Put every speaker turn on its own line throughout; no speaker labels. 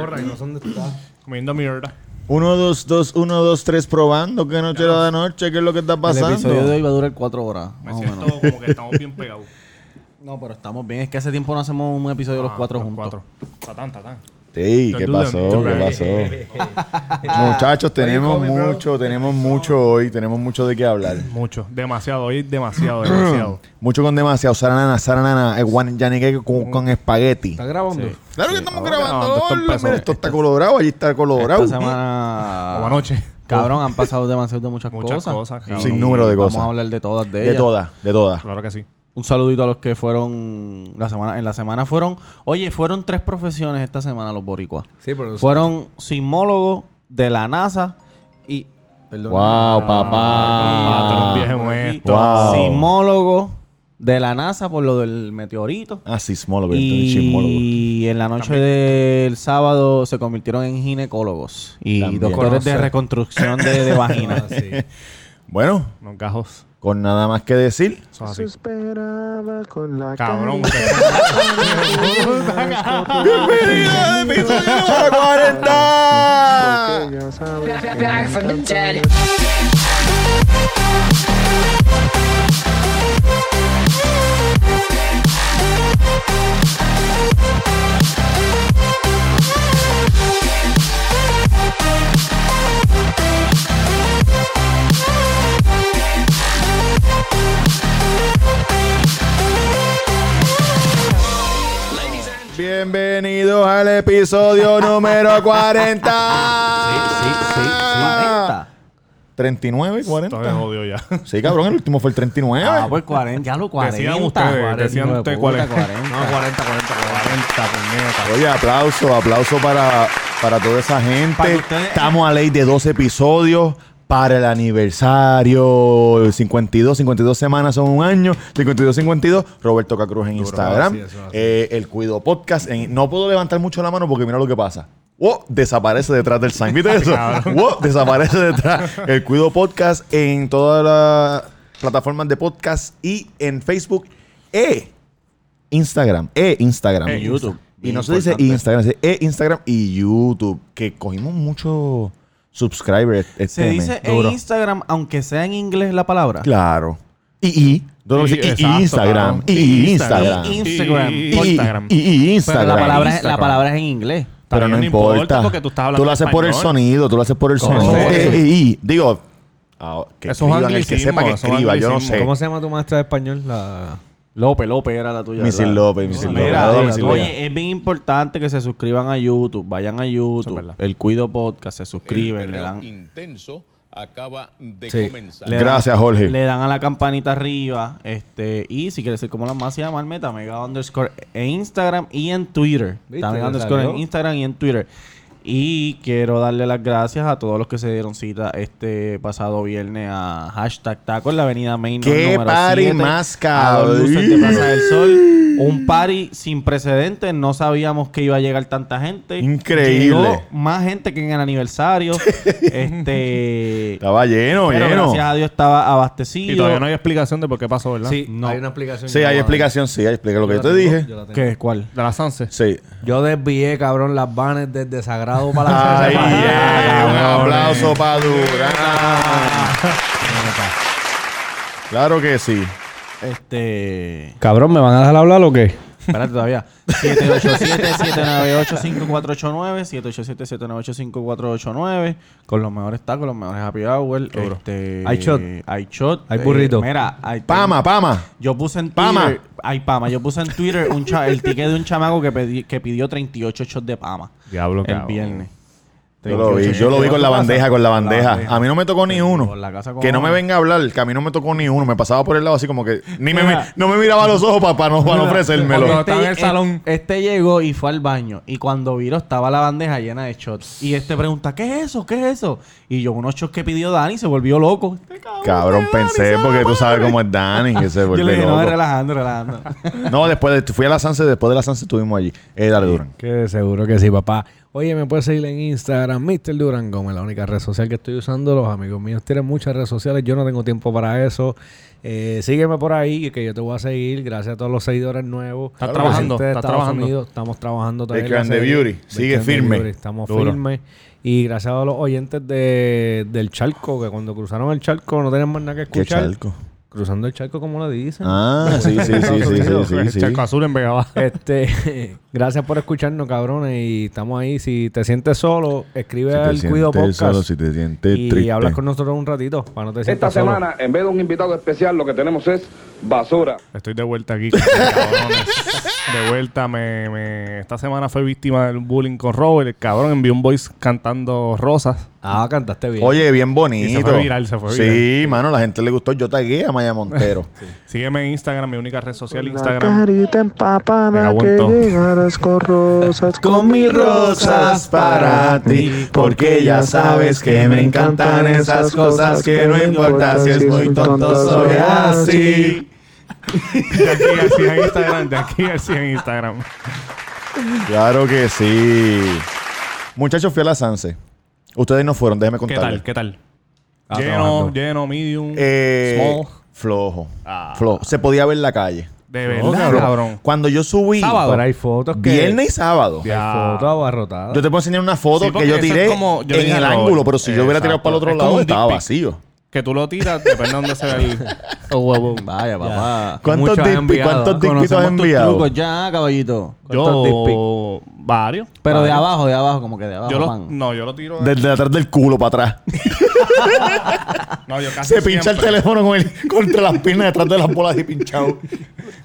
Porra, no son de tu edad.
Comiendo mierda.
1, 2, 2, 1, 2, 3, probando. Que noche era de noche, ¿qué es lo que está
El episodio de
pasando?
hoy va a durar cuatro horas,
Me
más o
siento
menos.
como que estamos bien pegados.
No, pero estamos bien. Es que hace tiempo no hacemos un episodio
Ah,
los cuatro juntos.
Tatán, tatán.
Sí, ¿qué
Don't do
pasó?
them.
¿Qué pasó? Muchachos, tenemos
come, bro.
mucho, tenemos mucho hoy, tenemos mucho de qué hablar.
Mucho. Demasiado. Hoy demasiado, demasiado.
Mucho con demasiado. Saranana, saranana, eh, guan- yanique con, con espagueti.
¿Estás grabando?
Claro que estamos
ahora grabando, esto
grabando.
empezó.
Mira, esto está colorado, allí está colorado.
Esta semana...
Como anoche.
Ah, Cabrón, han pasado demasiado de muchas,
Muchas
cosas.
cosas, cabrón.
Sin número de
Vamos
cosas.
a hablar de todas de ellas.
De todas, de todas.
Claro que sí.
Un saludito a los que fueron la semana en la semana fueron, oye, fueron tres profesiones esta semana los boricuas.
Sí, pero no
Fueron sismólogos de la NASA y perdón.
Wow,
Ah,
papá.
tres viejos muertos.
Wow.
Sismólogo de la NASA por lo del meteorito.
Ah, sismólogo, entonces chismólogo.
Y en la noche del sábado se convirtieron en ginecólogos y
También.
doctores de
Conocer.
reconstrucción de, de vagina.
Ah, sí.
Bueno,
Los gajos.
con nada más que decir.
Eso es así.
esperaba con la
Cabrón.
¡Bienvenido al episodio número 40!
cara, ya sabes que
back from the dead.
Bienvenidos al episodio número 40.
¿40?
39, 40.
Esto me jodió ya.
Sí, cabrón, el último fue el 39.
Ah, pues 40. Ya lo 40.
Decidan ustedes. Decidan
hijo de
ustedes cuál
puta,
es.
40.
No, 40, 40, 40, puñeta.
Oye, aplauso, aplauso para, para toda esa
Para
gente.
ustedes.
Estamos a ley de 12 episodios para el aniversario. 52, 52 semanas son un año. 52, 52. Roberto Cacruz en Instagram.
así, eso, así.
Eh, el Cuido Podcast. en- no puedo levantar mucho la mano porque mira lo que pasa. Wow, desaparece detrás del sign. ¿Viste eso? wow, desaparece detrás. El Cuido Podcast en todas las plataformas de podcast y en Facebook. E Instagram. E Instagram.
Eh,
YouTube.
Y no
Bien
se dice
importante.
Instagram, se dice eh, Instagram y YouTube, que cogimos muchos subscribers. Este
Se dice e
mes. Duro.
en Instagram, aunque sea en inglés la palabra.
Claro. Y, y, Duro
Y-
dice, y- y
exacto,
Instagram,
cabrón.
y,
Y
y Instagram,
Y-
y,
Instagram.
Y-
y-
Instagram.
y- y Instagram.
Pero la palabra, es, la
Instagram.
palabra es en inglés.
Pero
También
no importa.
porque tú estás hablando
lo haces por el
español.
sonido, tú lo haces por el
Correcto.
sonido. Eh, eh, y, y. digo, ah, que
Eso es
escriban, el que
anglicismo,
sepa que
eso es
escriba, yo no sé.
anglicismo.
¿Cómo se llama tu maestra de español? La...
López, López era la tuya.
Misil
¿verdad?
López, Misil López.
Mira,
Adoro
oye,
Misil López.
oye, es bien importante que se suscriban a YouTube. Vayan a YouTube.
verdad.
el Cuido Podcast, se suscriben,
el
le
perreo
dan
intenso acaba de
Sí.
comenzar.
Le dan-
Gracias, Jorge.
Le dan a la campanita arriba. Este, y si quieres ser como las más, se llama al Meta Mega underscore en Instagram y en Twitter.
¿Viste?
También
Le
underscore
salió.
en Instagram y en Twitter. Y quiero darle las gracias a todos los que se dieron cita este pasado viernes a hashtag taco en la avenida Main.
¡Qué
número
party
7,
más
a dos luces de
cabrón!
Plaza del Sol. Un party sin precedentes. No sabíamos que iba a llegar tanta gente.
Increíble.
Llegó más gente que en el aniversario. este.
Estaba lleno,
Pero
lleno.
gracias a Dios estaba abastecido.
Y todavía no hay explicación de por qué pasó, ¿verdad?
Sí,
No.
hay una explicación.
Sí,
Yo
hay
la-
explicación, sí, hay explica lo que
yo
yo te
la tengo,
dije.
yo la tengo.
¿Qué? ¿Cuál?
De la Sanse.
Sí.
Yo desvié, cabrón, las vanes desde Sagrado para la
Ay, yeah, un aplauso para Durán. Claro que sí.
Este.
Cabrón, ¿me van a dejar hablar o qué?
Espérate todavía. 787-798-5489. 787-798-5489. Con los mejores tacos, los mejores happy hour. Este,
Hay shot.
Hay shot. Eh,
Hay burrito.
mira, hay.
Pama, pama.
Yo puse en
Pama.
Twitter. Ay, pama. Yo puse en Twitter un cha- el ticket de un chamaco que, pedí- que pidió 38 shots de pama.
Diablo,
El
cabrón.
viernes.
Yo lo vi, yo lo vi con la bandeja, con la bandeja. A mí no me tocó ni uno.
Con la casa con-
Que no me venga a hablar, que a mí no me tocó ni uno. Me pasaba por el lado así como que ni me,
Mira.
no me miraba a los ojos para no, pa no ofrecérmelo.
Cuando estaba en el salón.
Este llegó y fue al baño. Y cuando viro estaba la bandeja llena de shots. Y este pregunta, ¿qué es eso? ¿Qué es eso? Y yo, unos shots que pidió Dani, se volvió loco. Este
Cabrón,
de Dani
pensé
se va
porque
a
tú sabes
morir.
cómo es Dani, que se
Yo le
vuelve
dije, no,
loco.
relajando, relajando.
No, después de, fui a la Sanse, después de la Sanse estuvimos allí. Eh, dale, Durán.
Que seguro que sí, papá. Oye, me puedes seguir en Instagram, Mr. Duran Gómez, la única red social que estoy usando. Los amigos míos tienen muchas redes sociales, yo no tengo tiempo para eso. Eh, sígueme por ahí, que yo te voy a seguir. Gracias a todos los seguidores nuevos.
Estás
La
trabajando,
gente de
estás
Estados
trabajando.
Unidos, estamos trabajando también.
Baker
la
and the
serie.
Beauty,
Baker
sigue
and the
firme.
Beauty, estamos
Duro.
firmes. Y gracias a los oyentes de, del charco, que cuando cruzaron el charco no tenían más nada que
Qué
escuchar.
charco.
Cruzando el charco, como le dicen.
Ah, sí, sí, sí, sí, sí, sí, sí.
Chaco azul en Vega Baja.
Este, gracias por escucharnos, cabrones. Y estamos ahí. Si te sientes solo, escribe
Si te
al Cuido
sientes
Podcast.
solo, si te sientes
y
triste.
hablas con nosotros un ratito para no te
Esta
sientas solo.
semana, en vez de un invitado especial, lo que tenemos es basura.
Estoy de vuelta aquí. cabrones. De vuelta, me, me- esta semana fue víctima del bullying con Robert. El cabrón envió un voice cantando rosas.
Ah, cantaste bien.
Oye, bien bonito.
Y se fue viral, se fue
Sí, mano, la gente le gustó. Yo tagué a Maya Montero.
Sígueme en Instagram, mi única red social,
La
Instagram.
carita empapada
Me
que
aguantó.
llegarás con rosas,
Con mis
rosas para
ti,
porque ya sabes que me encantan esas cosas que no importa si es muy tonto soy así.
De aquí García en Instagram, de aquí García en Instagram.
claro que sí. Muchachos, fui a la Sanse. Ustedes no fueron, déjeme
¿Qué
contarles.
tal? ¿Qué tal?
Ah,
lleno,
trabajando.
lleno, medium,
Eh,
small.
flojo. Flojo. Se podía ver la calle.
De verdad,
Flojo.
cabrón.
Cuando yo subí.
Sábado.
Pero hay fotos que...
Viernes y sábado.
Hay fotos abarrotadas.
Yo te puedo enseñar una foto
Sí,
que
porque
yo
eso es
tiré
como- yo le
en
dije a
el
Robert.
ángulo, pero si yo hubiera
Exacto.
tirado para el otro
Es como
lado,
un
estaba
dick pic.
vacío.
Que tú lo tiras, depende de dónde se ve el...
Vaya, papá.
¿Cuántos
Muchos has
dick pic-
enviado.
cuántos dick pics has
Conocemos tus
enviado?
trucos ya, caballito.
¿Cuántos dick
Yo... Varios.
Pero de abajo, de abajo, como que de
Ah,
abajo,
Yo lo,
pan.
no, yo lo tiro... de-
Desde atrás del culo para atrás.
no, yo casi
Se pincha el
siempre-
teléfono con el- contra las piernas detrás de las bolas y pinchado.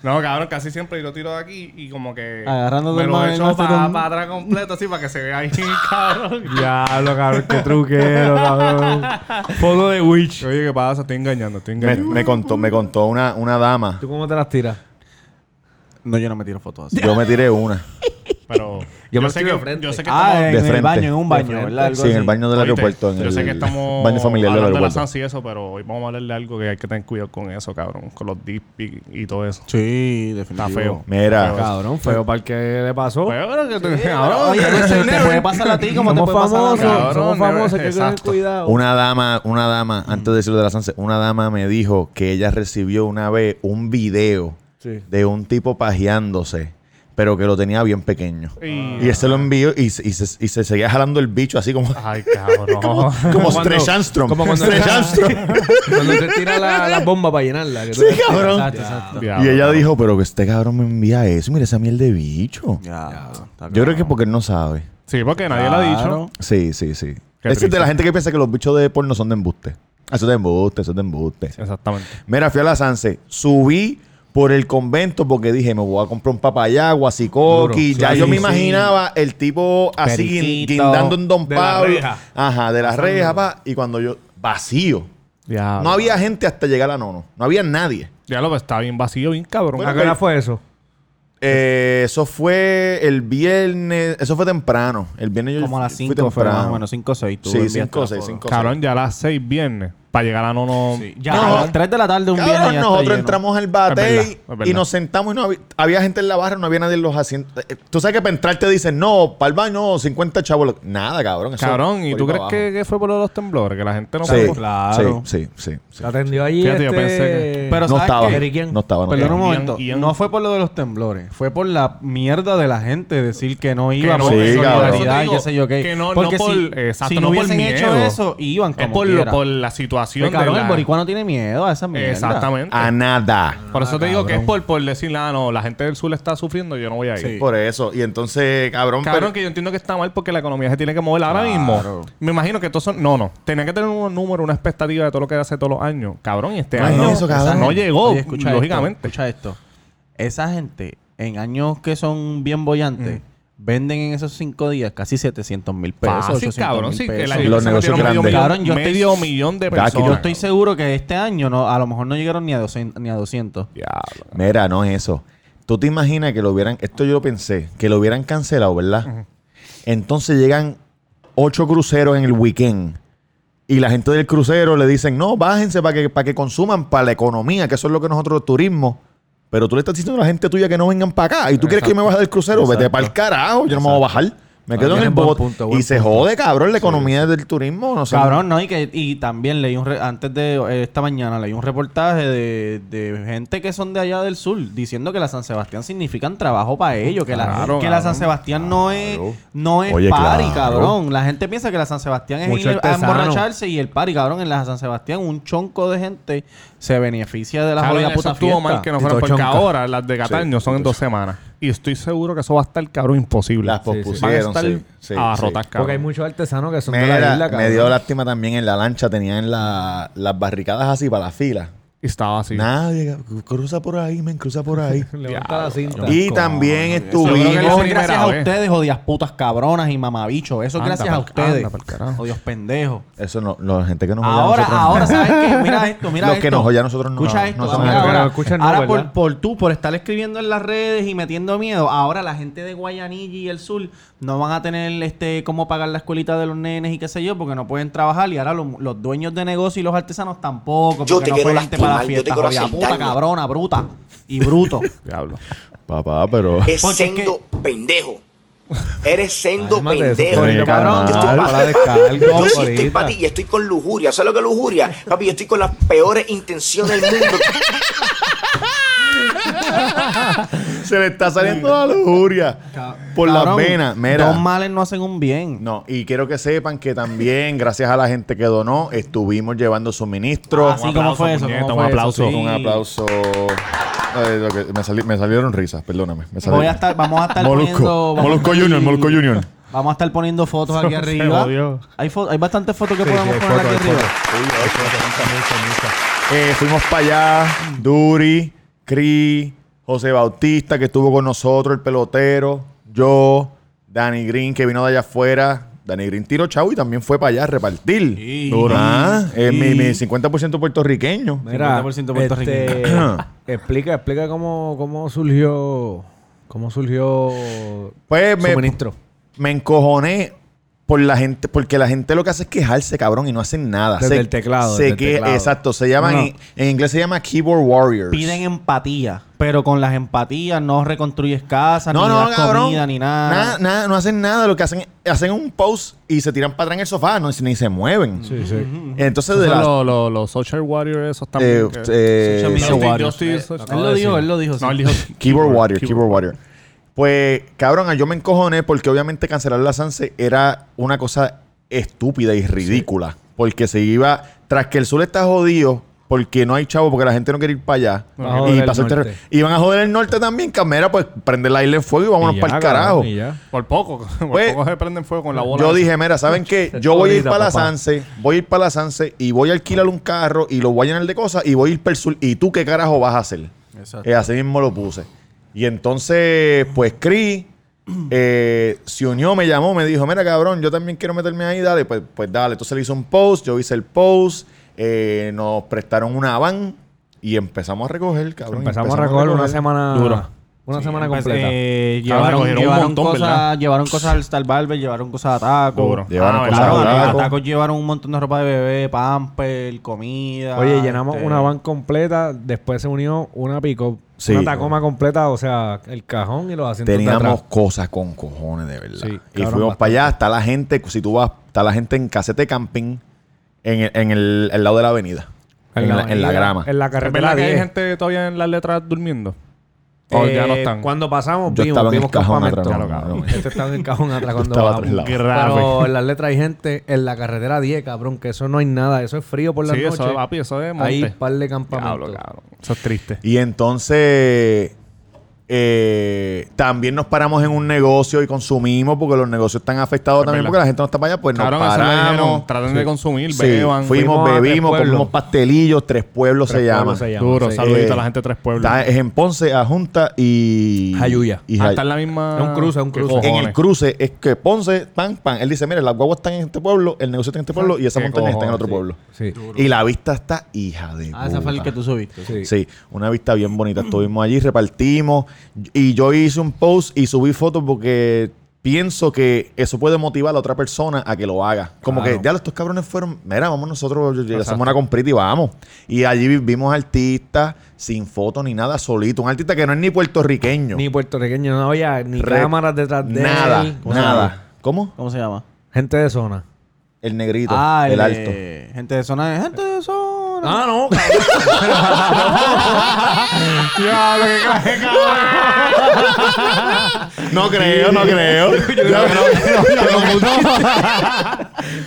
No, cabrón, casi siempre yo lo tiro de aquí y como que...
Agarrándote
Me
el
lo
mano y no
echo
hace
para
con-
atrás completo, así, para que se vea ahí, cabrón.
Diablo, cabrón, qué truquero, cabrón. Foto de Witch.
Oye, ¿qué pasa? Estoy engañando, estoy
Me,
engañando.
me contó, me contó una, una dama.
¿Tú cómo te las tiras?
No, yo no me tiro fotos así.
Yo me tiré una.
Pero...
Yo me
sé
estoy de
que,
frente.
yo sé que estamos-
Ah,
de
en
frente.
el baño, en un baño, ¿verdad? Algo
Sí, en el
así.
baño del
Oíste,
aeropuerto. En
yo
el
sé que estamos
baño familiar del
hablando de la
aeropuerto.
Sansi y eso, pero hoy vamos a hablar de algo que hay que tener cuidado con eso, cabrón. Con los dick pic y todo eso.
Sí,
Está
definitivo.
feo.
Mira,
Cabrón, feo para el que le pasó.
Pero bueno, que te- cabrón,
Oye, pues,
que-
te te puede pasar a ti como te
Somos
puede pasar a
famosos,
mí.
Cabrón,
somos famosos, hay que tener
exacto.
cuidado.
una dama, una dama, antes de decirlo de la Sanse, una dama me dijo que ella recibió una vez un video
Sí.
de un tipo pajeándose, pero que lo tenía bien pequeño.
Y-
Y ese lo envió y, se- y se, y se seguía jalando el bicho así como,
Ay, cabrón.
como
cuando-
Stretch Armstrong.
como cuando-
Stretch Armstrong.
Cuando te tira la, la bomba para llenarla. que tú-
Sí, cabrón.
Exacto, exacto.
Y
Diablo,
ella
cabrón.
dijo, pero que este cabrón me envía eso. Mira esa miel de bicho.
Ya, está
Yo creo
claro.
que porque él no sabe.
Sí, porque nadie lo ha dicho.
Sí, sí, sí.
Qué
Esa es
triste.
de la gente que piensa que los bichos de porno son de embuste. Eso es de embuste, eso es de embuste.
Exactamente.
Mira, fui a la Sanse. Subí por el convento porque dije, me voy a comprar un papayagua, sicoqui.
Duro.
Ya
Sí,
yo me
sí.
imaginaba el tipo así guin-
Periquito.
guindando en Don
De la
Pablo.
reja.
Ajá, de las rejas, pa. Y cuando yo... Vacío.
Diablo.
No
Ah,
había gente hasta llegar a Nono. No había nadie.
Diablo, pero está bien vacío, bien cabrón.
¿A qué hora fue eso?
Eh, eso fue el viernes. Eso fue temprano. El viernes yo
Como a las
fui
5 fue más o menos, 5 o 6.
Sí, 5 o 6, 5
cabrón, ya a las seis viernes. Para llegar a no, no.
Ya,
No.
a las 3 de la tarde un
Cabrón,
viernes ya está
nosotros
lleno.
entramos al
Es
bate
verdad, es verdad.
y nos sentamos y no había, había gente en la barra, no había nadie en los asientos. Eh, Tú sabes que para entrar te dicen, no, para el baño, 50 chavos. lo- Nada, cabrón. eso
Cabrón, ¿y
por
tú
ahí
crees
para
que, que fue por lo de los temblores? Que la gente no
abajo. Sí,
fue.
Claro.
Sí, sí, sí. sí.
Se atendió allí
Fíjate, yo
este...
pensé que-
Pero
no
¿sabes
estaba.
qué?
Periquín.
No estaba, no
Perdón
estaba.
un
Ian,
momento.
Ian.
No fue por lo de los temblores. Fue por la mierda de la gente decir que no iba
no,
por
sí, cabrón.
Eso te
solidaridad y
digo,
qué sé yo qué.
que no- no
Porque
por-
si,
exacto,
si
no
no
por
hubiesen hecho
miedo.
eso, iban como
Es por, lo,
quiera.
por la situación.
Pero, cabrón,
de la-
el boricua no tiene miedo a esa mierda. Ah,
Exactamente.
A nada.
Por eso te digo que es por, por decir, ah, no, la gente del sur está sufriendo, yo no voy a ir.
Sí.
Por eso. Y entonces, cabrón,
Cabrón,
pero-
que yo entiendo que está mal porque la economía se tiene que mover ahora
Claro.
mismo. Me imagino que todos son. No, no. Tenía que tener un número, una expectativa de todo lo que hace todos los años. Cabrón, y este
No es
año
eso, cabrón.
no llegó,
Oye, escucha
lógicamente.
Esto, escucha esto. Esa gente, en años que son bien bollantes,
Mm.
venden en esos 5 días casi 700 mil pesos.
Fácil,
800
cabrón.
mil
Sí, que
pesos.
el
Los
año pasado
negocios
metieron
grandes.
Medio,
Cabrón, yo estoy-
medio millón de
Daki,
personas.
Yo estoy seguro que este año no, a lo mejor no llegaron ni a, 200, ni a 200.
Diablo.
Mira, no es eso. Tú te imaginas que lo hubieran, esto yo lo pensé, que lo hubieran cancelado, ¿verdad? Entonces llegan ocho cruceros en el weekend y la gente del crucero le dicen, no, bájense para que, para que consuman para la economía, que eso es lo que nosotros turismo. Pero tú le estás diciendo a la gente tuya que no vengan para acá y tú quieres que yo me baje del crucero, vete para el carajo, yo no me voy a bajar. Me
Ah,
quedo en el
tienes buen
bot
punto, buen
y se jode, cabrón, la economía del turismo. No sé.
Cabrón, no, y que y también leí un re- antes de eh, esta mañana leí un reportaje de, de gente que son de allá del sur diciendo que la San Sebastián significan trabajo para ellos, que la
Claro,
que la
cabrón.
San Sebastián no es
Claro.
no es
Oye,
party,
claro.
cabrón. La gente piensa que la San Sebastián es
Mucho
ir a
artesano.
emborracharse y el party, cabrón, en la San Sebastián un chonco de gente se beneficia de la
Cabrón,
jodida
eso
puta
estuvo
fiesta.
mal que no
Y
fueron
todo
porque
chonca.
ahora las de Cataño son en dos semanas. Y estoy seguro que eso va a estar, cabrón, imposible.
Las
Van a
pospusieron.
estar
sí, sí,
abarrotadas,
sí.
cabrón.
Porque hay muchos artesanos que son de la
Mira,
isla, cabrón.
me dio lástima también en la lancha. Tenían la- las barricadas así para la fila.
Y estaba así.
Nadie cruza por ahí, men, cruza por ahí.
Levanta la cinta.
y también
Yo creo que
estuvimos.
la
Eso es
primera
gracias a
vez.
ustedes, jodidas putas cabronas y mamabichos. Eso es
Anda
gracias a
pa'l-
ustedes.
anda pa'l carajo.
Jodidos pendejos.
Eso no, la gente que nos odia a
Ahora,
nosotros no.
ahora, ¿sabes qué? Mira esto, mira
Los
esto.
que nos oye a nosotros no-
Escucha
no
esto.
son
mira
gente.
ahora
Pero escucha no,
ahora por,
¿verdad?
por tú, por estar escribiendo en las redes y metiendo miedo, ahora la gente de Guayanilla y el sur no van a tener este cómo pagar la escuelita de los nenes y qué sé yo, porque no pueden trabajar. Y ahora los, los dueños de negocio y los artesanos tampoco,
Yo
porque
te
no
quiero
pueden gente para la
lastimar, yo te
fiesta.
quiero
jodida
hacer
puta,
daño.
cabrona, bruta y bruto.
Diablo.
Papá, pero.
Es
Porque es que-
sendo pendejo. Eres sendo
Cálmate, eso
pendejo.
tiene que
cabrón.
Yo
calmar,
estoy-
para descargo,
Yo sí estoy
ahorita.
para ti y estoy con lujuria. ¿Sabes lo que es lujuria? Papi, yo estoy con las peores intenciones del mundo.
Se le está saliendo la lujuria por las
Cabrón,
venas. Mira.
Dos males no hacen un bien.
No, y quiero que sepan que también, gracias a la gente que donó, estuvimos llevando suministros.
Así como fue eso.
puñeta,
¿Cómo
un
Ah, fue eso?
aplauso,
Sí.
Un aplauso. Ay, lo que- me, sali- me salieron risas, perdóname. Me salieron.
Voy a estar, vamos a estar
Molusco.
poniendo... vamos a
Molusco
estar-
Junior, Molusco Junior.
Vamos a estar poniendo fotos aquí arriba.
jodió.
Hay, fo- hay bastantes fotos que
Sí,
podemos
sí, hay
poner
fotos,
aquí
hay
arriba.
Eh, fuimos para allá, Duri, Cri, José Bautista, que estuvo con nosotros, el pelotero, yo, Danny Green, que vino de allá afuera. Danny Green tiró chau y también fue para allá a repartir. Duro. Ah, eh, mi, mi 50% puertorriqueño.
Mira,
50%
este,
puertorriqueño.
explica, explica cómo, cómo surgió, cómo surgió
Pues me,
suministro.
me encojoné por la gente, porque la gente lo que hace es quejarse, cabrón, y no hacen nada.
Desde el teclado,
Se
desde el
que,
teclado.
Exacto, se llaman,
No, no.
En, en inglés se llama Keyboard Warriors.
Piden empatía, pero con las empatías no reconstruyes casas,
No,
ni
no,
das
cabrón.
comida, ni nada. Pues,
Nada, nada, no hacen nada. Lo que hacen es- hacen un post y se tiran para atrás en el sofá, no, ni se mueven.
Sí, sí.
Entonces, de
Esos son
las.
los, los, los social warriors esos
eh,
también. que-
eh,
Social media
Yo estoy- yo
warriors.
estoy-
Eh,
soy-
Él lo dijo, él lo dijo. sí.
No, él dijo
Keyboard Warrior, Keyboard Warrior. Pues, cabrón, yo me encojoné porque obviamente cancelar la Sanse era una cosa estúpida y ridícula. Porque se iba, tras que el sur está jodido, porque no hay chavo, porque la gente no quiere ir para allá.
Va a joder
y
el
pasó el terror.
norte.
Iban a joder el norte también, Camera, pues prende la isla en fuego y vámonos
Y ya,
para el
cabrón,
carajo.
y ya.
Por poco. Por
Pues,
poco se prenden fuego con la bola.
Yo
esa.
dije, mira, ¿saben qué? Yo voy a ir
Solita,
para la
papá.
Sanse, voy a ir para la Sanse y voy a alquilar un carro y lo voy a llenar de cosas y voy a ir para el sur. ¿Y tú qué carajo vas a hacer? Eh, así mismo lo puse. Y entonces, pues Cris eh, se unió, me llamó, me dijo, mira, cabrón, yo también quiero meterme ahí, dale, pues, pues dale. Entonces le hizo un post, yo hice el post, eh, nos prestaron una van y empezamos a recoger, cabrón.
Empezamos a recoger una semana
Duro.
Una semana
Pues,
completa.
eh,
Claro,
llevaron,
recogieron un
llevaron
montón, ¿verdad?
cosas, llevaron cosas al Star Barber, llevaron cosas a tacos.
Duro.
Llevaron
Ah,
cosas
claro,
a
Claro,
Taco.
a tacos llevaron un montón de ropa de bebé, pamper, comida.
Oye, llenamos
este,
una van completa, después se unió una pico,
Sí.
una Tacoma completa, o sea, el cajón y los asientos de
Teníamos
atrás.
cosas con cojones, de verdad.
Sí,
y
cabrón,
fuimos para allá. Está la gente, si tú vas, está la gente en casete camping en el, en el, al lado de la avenida. En, la, en la grama.
En la
¿Es
carretera
verdad que hay
10.
gente todavía en las letras durmiendo?
Oh,
O ya no
Eh,
están.
Cuando pasamos,
Yo
vimos,
estaba en
vimos
el cajón
campamento.
atrás, no, no, no.
Este estaba en el cajón atrás cuando
estaba
bajamos.
atrás,
lado.
Pero en las letras hay gente en la carretera 10, cabrón, que eso no hay nada. Eso es frío por la
Sí,
noche.
eso es papi, eso es monte.
Hay un par de campamentos.
Diablo, cabrón. Eso es triste.
Y entonces eh, también nos paramos en un negocio y consumimos porque los negocios están afectados
Es
también
verdad.
porque la gente no está para allá. Pues
Cabrón,
nos
eso me dijeron,
paramos.
traten
Sí.
de consumir,
Sí,
beban.
Fuimos,
Fuimos a Tres
bebimos,
Pueblos.
comimos pastelillos. Tres pueblos se
Pueblos
llama.
se llama.
Duro,
sí.
saludito
Eh,
a la gente de Tres Pueblos.
Está- es en Ponce, a Junta y.
Jayuya.
y
Ah,
Jay-
está en la misma...
Es un cruce, es un
¿Qué
cruce.
cojones?
en el cruce es que Ponce, pan, pan. Él dice, mira, las guaguas están en este pueblo, el negocio está en este pueblo y esa
Qué
montaña está en
cojones,
otro
sí.
pueblo.
Sí.
Y la vista está hija de
Ah, ese fue el
puta.
que tú subiste.
Sí.
Sí, una vista bien bonita. Estuvimos allí, repartimos. Y yo hice un post y subí fotos porque pienso que eso puede motivar a la otra persona a que lo haga. Como
Claro.
que ya estos cabrones fueron, mira, vamos nosotros, yo- yo- hacemos una comprita y vamos. Y allí vi- vimos artistas sin fotos ni nada, solito. Un artista que no es ni puertorriqueño.
Ni puertorriqueño, no había ni
Re-
cámaras detrás de
Nada,
él.
nada. ¿Cómo?
¿Cómo se llama?
Gente de zona.
El negrito,
ah,
el, alto.
de- Gente de zona. Gente de zona.
Ah, no.
No creo, no creo.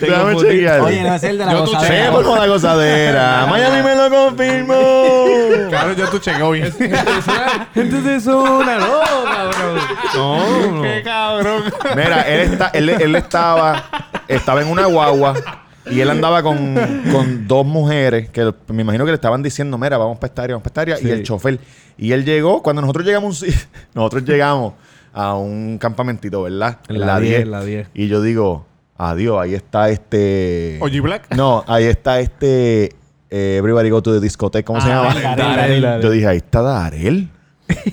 Déjame chequear.
Oye, no es el de la
Yo tu
gozadera.
checo con la gozadera. Miami me lo confirmó.
Claro, yo tu chequeo bien.
Gente de zona, no, cabrón. No, no.
Mira, él, está, él, él estaba, estaba en una guagua y él andaba con, con dos mujeres que me imagino que le estaban diciendo, mira, vamos para esta área, vamos para esta área, y el chofer. Y él llegó, cuando nosotros llegamos, a un si- nosotros llegamos a un campamentito, ¿verdad?
En la 10, en la 10.
Y yo digo, adiós, ahí está este...
Oye, Black.
No, ahí está este... eh, Everybody go to the discoteca, ¿cómo se
Ah,
llama?
Darel, Darel, Darel.
Yo dije, ahí está Darel.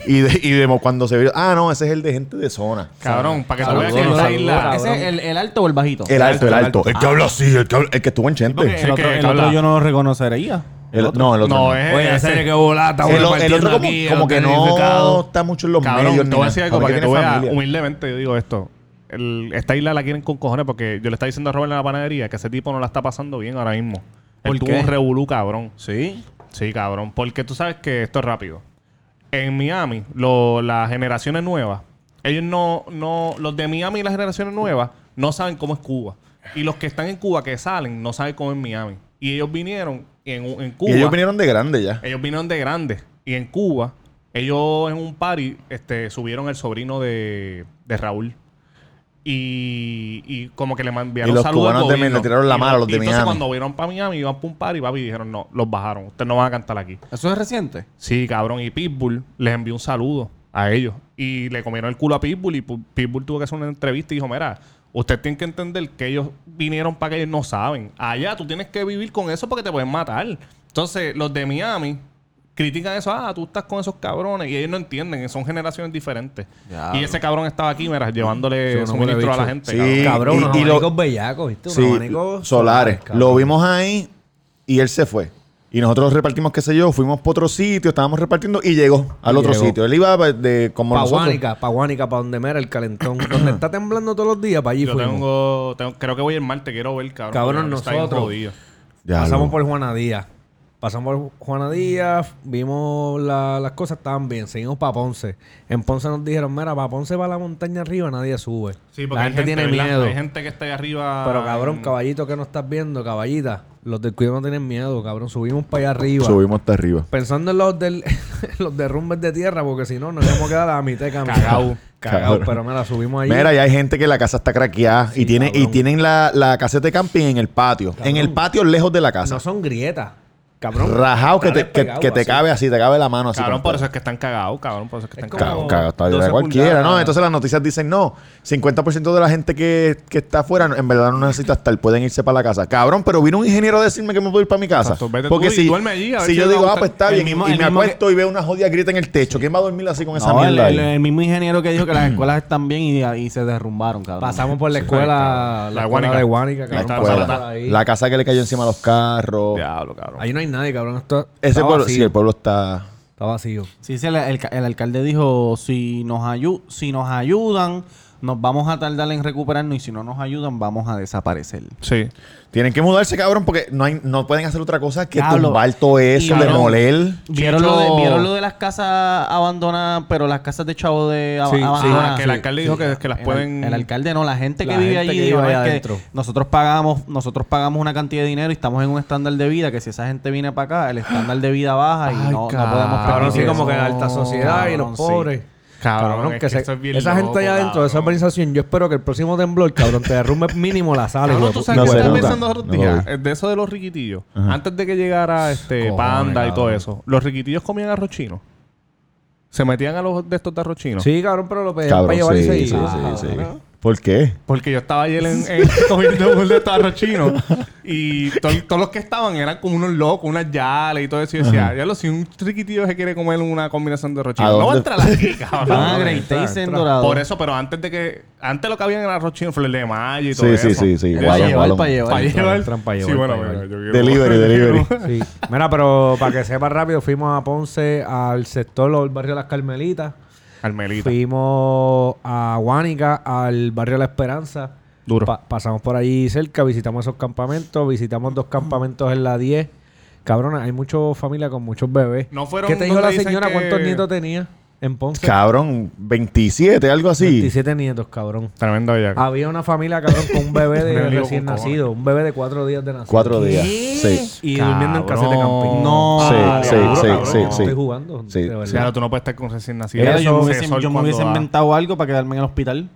y, de, y de- cuando se vio, ah, no, ese es el de gente de zona.
Cabrón, para que tú
Saludos,
veas que en esa
saludos,
isla.
¿Ese es el, el alto o el bajito?
El alto, el alto. El que habla así, el que, habla- el que estuvo en
Porque
Chente.
el otro,
que-
el
que
otro
habla.
yo no eh, lo reconocería.
El- no, el otro.
No,
no.
es.
Oye, en
ese-
serio, qué bolata,
el, o-
güey.
el
partiendo
otro como,
aquí,
como que no
unificado.
está mucho en los
Cabrón,
medios.
te
ni
voy a
nada.
decir algo
Porque
para que tú
tiene
veas
familia.
humildemente. Yo digo esto. El- esta isla la quieren con cojones porque yo le estaba diciendo a Robert en la panadería que ese tipo no la está pasando bien ahora mismo.
¿Por
Él tuvo
qué?
un revolú, cabrón.
Sí.
Sí, cabrón. Porque tú sabes que esto es rápido. En Miami, lo- las generaciones nuevas, ellos no, no, los de Miami y las generaciones nuevas no saben cómo es Cuba. Y los que están en Cuba que salen no saben cómo es Miami. Y ellos vinieron en, en Cuba.
Y ellos vinieron de grande ya.
Ellos vinieron de grandes. Y en Cuba, ellos en un party este, subieron el sobrino de, de Raúl. Y, y como que le
Y
enviaron
los
saludos al
cubanos de-
gobierno.
le tiraron la
Y
mala a los de
y entonces
Miami.
cuando vieron para Miami, iban para un party, papi, y dijeron, no, los bajaron. Ustedes no van a cantar aquí.
¿Eso es reciente?
Sí, cabrón. Y Pitbull les envió un saludo a ellos. Y le comieron el culo a Pitbull. Y pu- Pitbull tuvo que hacer una entrevista y dijo: Mira, usted tiene que entender que ellos vinieron para que ellos no saben. Allá tú tienes que vivir con eso porque te pueden matar. Entonces, los de Miami critican eso. Ah, tú estás con esos cabrones. Y ellos no entienden. que Son generaciones diferentes.
Diablo.
Y ese cabrón estaba aquí, mira, llevándole
Sí,
su
uno huele
suministro a la gente.
bicho.
Sí.
cabrón.
Y-
Cabrón, unos
y lo-
abanicos bellacos, ¿viste? Unos
Sí,
abanicos
solares.
cabrón.
Lo vimos ahí y él se fue. Y nosotros repartimos, qué sé yo, fuimos para otro sitio, estábamos repartiendo y llegó al
Y
otro
llegó.
sitio. Él iba pa- de, como
Pa'
nosotros.
Guánica, pa' Guánica, pa' donde mera el calentón. donde está temblando todos los días, para allí
Yo
fuimos.
tengo, tengo- creo que voy el martes, quiero ver, cabrón.
Cabrón,
porque está bien
nosotros.
jodido.
Ya
Pasamos
lo-
por Juana Díaz. Pasamos por Juana Díaz, vimos la- las cosas estaban bien, seguimos para Ponce. En Ponce nos dijeron, mira, para Ponce va la montaña arriba, nadie sube.
Sí, porque
la
hay
gente, tiene
¿verdad?
miedo.
Hay gente que está ahí arriba.
Pero cabrón,
en-
caballito que no estás viendo, caballita, los del cuidado no tienen miedo, cabrón. Subimos para allá arriba.
Subimos hasta arriba.
Pensando en los, del, los derrumbes de tierra, porque si no, nos vamos a quedar a la mitad de camino.
Cagao.
Cagao,
Cabrón.
pero mira, subimos ahí.
Mira, ya hay gente que la casa está craqueada y, tiene, y
cabrón.
tienen la, la caseta de camping en el patio. En el patio, lejos de la casa.
no son grietas, cabrón.
rajado que te,
Dale
que,
pegado,
que te
así.
cabe así, te cabe la mano así.
Cabrón,
como
por eso
está.
es que están cagados, cabrón, por eso es que están
como-
cagados.
Cabrón, cagado, está bien,
12
cualquiera, ¿no?
pulgadas.
Entonces las noticias dicen, no, 50% de la gente que, que está afuera en verdad no necesita estar, pueden irse para la casa. Cabrón, pero vino un ingeniero a decirme que me puedo ir para mi casa.
Exacto, vete
Porque
tú y
si,
duerme allí, a ver
si
si
yo
te
digo,
va a
ah, pues
gustar".
está
El
bien,
mismo-
y
el
me
mismo
acuesto y veo una jodida grieta en el techo. ¿Quién va a dormir así con esa
No, el,
mierda
el-
ahí?
el mismo ingeniero que dijo que las escuelas están bien y, y se derrumbaron, cabrón.
Pasamos por la escuela,
cabrón.
la
La
escuela
Guánica.
de Guánica, cabrón.
Está-
pasamos
Escuela.
por ahí.
la casa que le cayó encima a los carros.
Diablo, cabrón.
Ahí no hay nadie, cabrón. Esto
Ese
está
pueblo,
vacío.
sí, el pueblo está...
Está vacío.
Sí, sí, el, el- el alcalde dijo, si nos, ayu- si nos ayudan, nos vamos a tardar en recuperarnos y si no nos ayudan, vamos a desaparecer.
Sí.
Tienen que mudarse, cabrón, porque no, hay, no pueden hacer otra cosa que
Diablo.
tumbar todo eso,
Cabrón.
demoler.
¿Vieron
Chicho-
lo, de, ¿Vieron lo de las casas abandonadas, pero las casas de chavo de ab-
Sí, sí,
abandonadas?
Ah, que el alcalde dijo que, que las
El-
pueden.
El, alcalde no, la gente que
La
vive
gente
allí
que
dijo,
vive
"No, es
allá
que
adentro".
nosotros pagamos, nosotros pagamos una cantidad de dinero y estamos en un estándar de vida que si esa gente viene para acá, el estándar de vida baja y
Ay,
no, no
cabrón,
podemos
Cabrón, sí,
permitir eso.
como que la alta sociedad y los
Cabrón, sí.
pobres.
Cabrón,
Cabrón,
es
que
que
se-
eso es bien
esa
loco,
gente allá adentro de esa
cabrón.
organización, yo espero que el próximo temblor, cabrón, te derrumbe mínimo la sala.
Cabrón,
hijo
tú
de
sabes
No
que
se
estaba
nota.
pensando los otros
No
días.
lo
Eh, de eso de los riquitillos. Antes de que llegara este
Cojones,
Panda y todo
cabrón.
eso, los riquitillos comían arroz chino. Se metían a los de estos de arroz chino.
puta. Sí, cabrón, pero lo pedían para
Cabrón,
llevar
sí,
y
sí,
seguir.
sí,
Ah,
sí.
cabrón.
¿Por qué?
Porque yo estaba ayer en, en- comiendo un de estos arroz chinos. Y to- todos los que estaban eran como unos locos, unas yales y todo eso. Y yo decía, ya lo si un riquitillo se quiere comer una combinación de arroz
¿A
chino. No va a
dónde?
entrar aquí, cabrón.
Ah, Great Taste en dorado.
Por eso, pero antes de que. Antes lo que había en el arroz chino, flor de mayo y todo
Sí,
eso.
sí, sí, sí.
Yo
Para
Balón,
decía,
llevar,
balón.
para
Para
llevar.
llevar.
Tran, para
Sí,
llevar,
bueno,
para
mira, yo quiero-
Delivery, delivery.
Sí. Mira, pero para que sepas rápido, fuimos a Ponce, al sector, el barrio Las Carmelitas.
Carmelita.
Fuimos a Guánica, al barrio La Esperanza.
Duro.
Pa- pasamos por allí cerca, visitamos esos campamentos, visitamos dos campamentos en la 10. Cabrona, hay mucha familia con muchos bebés.
No fueron
¿Qué te dijo
donde
la
dicen
señora?
que-
¿Cuántos nietos tenía en Ponce?
Cabrón, 27, algo así.
27 nietos, cabrón.
Tremenda bellaca.
Había una familia, cabrón, con un bebé
Me
de
lío
recién
con cojones.
nacido. Un bebé de cuatro días de nacido.
Cuatro
¿Qué?
días. Sí.
Y durmiendo en casete camping.
No.
Sí,
Ah,
sí,
cabrón,
sí,
cabrón.
sí, sí.
Estoy jugando.
Sí,
de
sí.
verdad.
Claro, tú no puedes estar con recién nacido.
Mira, yo me
Ese
hubiese,
sol
yo me
cuando
hubiese
da.
inventado algo para quedarme en el hospital.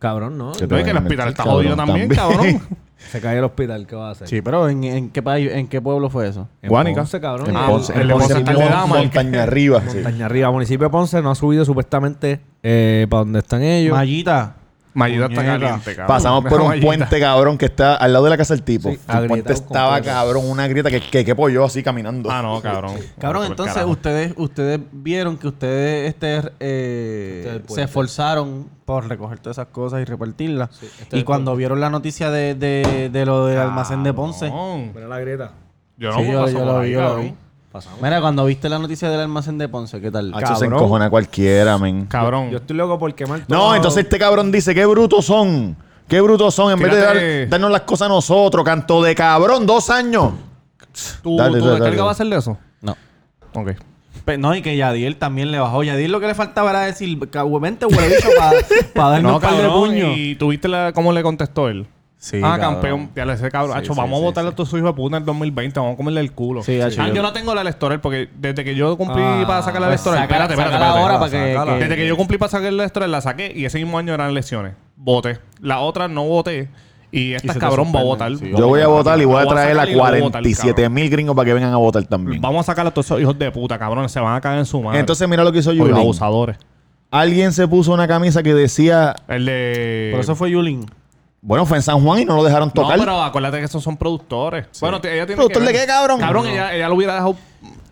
Cabrón, ¿no?
Que te
No, y que el
vayan a
hospital
meter,
está
cabrón,
jodido también, cabrón.
Se cae el hospital, ¿qué va a hacer?
Sí, pero ¿en, en qué país, en qué pueblo fue eso?
En
Guánica.
Ponce, cabrón.
En
Ah,
Ponce,
el
en
de
Ponce,
Ponce está de dama, el que-
montaña arriba. sí.
Montaña arriba, municipio de Ponce no ha subido supuestamente eh, para donde están ellos.
Mallita.
Mayita está
Puñeta.
caliente, cabrón.
Pasamos por un
Mayita.
puente, cabrón, que está al lado de la casa del tipo. el
Sí,
puente
agrietado
estaba,
completo.
cabrón, una grieta que, que quepo yo así caminando.
Ah, no, cabrón.
Cabrón,
Por el
entonces
carajo.
ustedes ustedes vieron que ustedes este, eh,
Este es el puente.
se esforzaron por recoger todas esas cosas y repartirlas. y cuando vieron la noticia de, de, de lo del almacén de Ponce,
Cabrón.
Mira la grieta.
Ah, Yo no
Sí, yo-
paso
yo
por
lo
ahí,
vi, yo lo
cabrón. Ah,
vi. mira, cuando viste la noticia del almacén de Ponce, ¿qué tal?
Hacho, se
cabrón.
encojona cualquiera, men.
Cabrón.
Yo estoy loco por quemar todo.
No, entonces este cabrón dice, qué brutos son. Qué brutos son. En vez de
Tírate.
dar- darnos las cosas a nosotros, canto de cabrón, dos años.
¿Tú,
Dale,
tú
dale,
descarga
dale.
va a ser de eso?
No.
Ok.
Pe- no, y que Yadiel también le bajó. Yadiel lo que le faltaba era decir, vente huele para darnos
No,
un par de
cabrón.
puños.
Y tuviste la, cómo le contestó él.
Sí,
ah,
cabrón.
campeón. Ya le sé, cabrón. Acho, vamos a botarle a todos sus hijos de puta en el 2020. Vamos a comerle el culo.
Sí, acho,
Ah,
yo-
yo no tengo la electoral porque desde que yo cumplí
Ah,
para sacar la
pues
electoral.
sácala-
Espérate, espérate,
sácala
espérate.
ahora para que- que-
Desde que yo cumplí para sacar la electoral, la saqué y ese mismo año eran elecciones. Voté. La otra no voté. Y esta
se te
cabrón va a
suspenden,
votar.
sí.
Yo voy a votar y voy
Voy
a
a
traer a
sacar y lo voy a votar,
47 mil gringos para que vengan a votar también.
Vamos a sacar a todos esos hijos de puta, cabrón. Se van a caer en su madre.
Entonces mira lo que hizo
Por los
Yulín.
abusadores.
Alguien se puso una camisa que decía,
El de.
Por eso fue Yulín.
bueno, fue en San Juan y no lo dejaron
No,
tocar.
pero acuérdate que esos son productores. Bueno, t- ella tiene.
¿Productor
que
de
ver.
qué, cabrón?
Cabrón,
No.
ella, ella lo hubiera dejado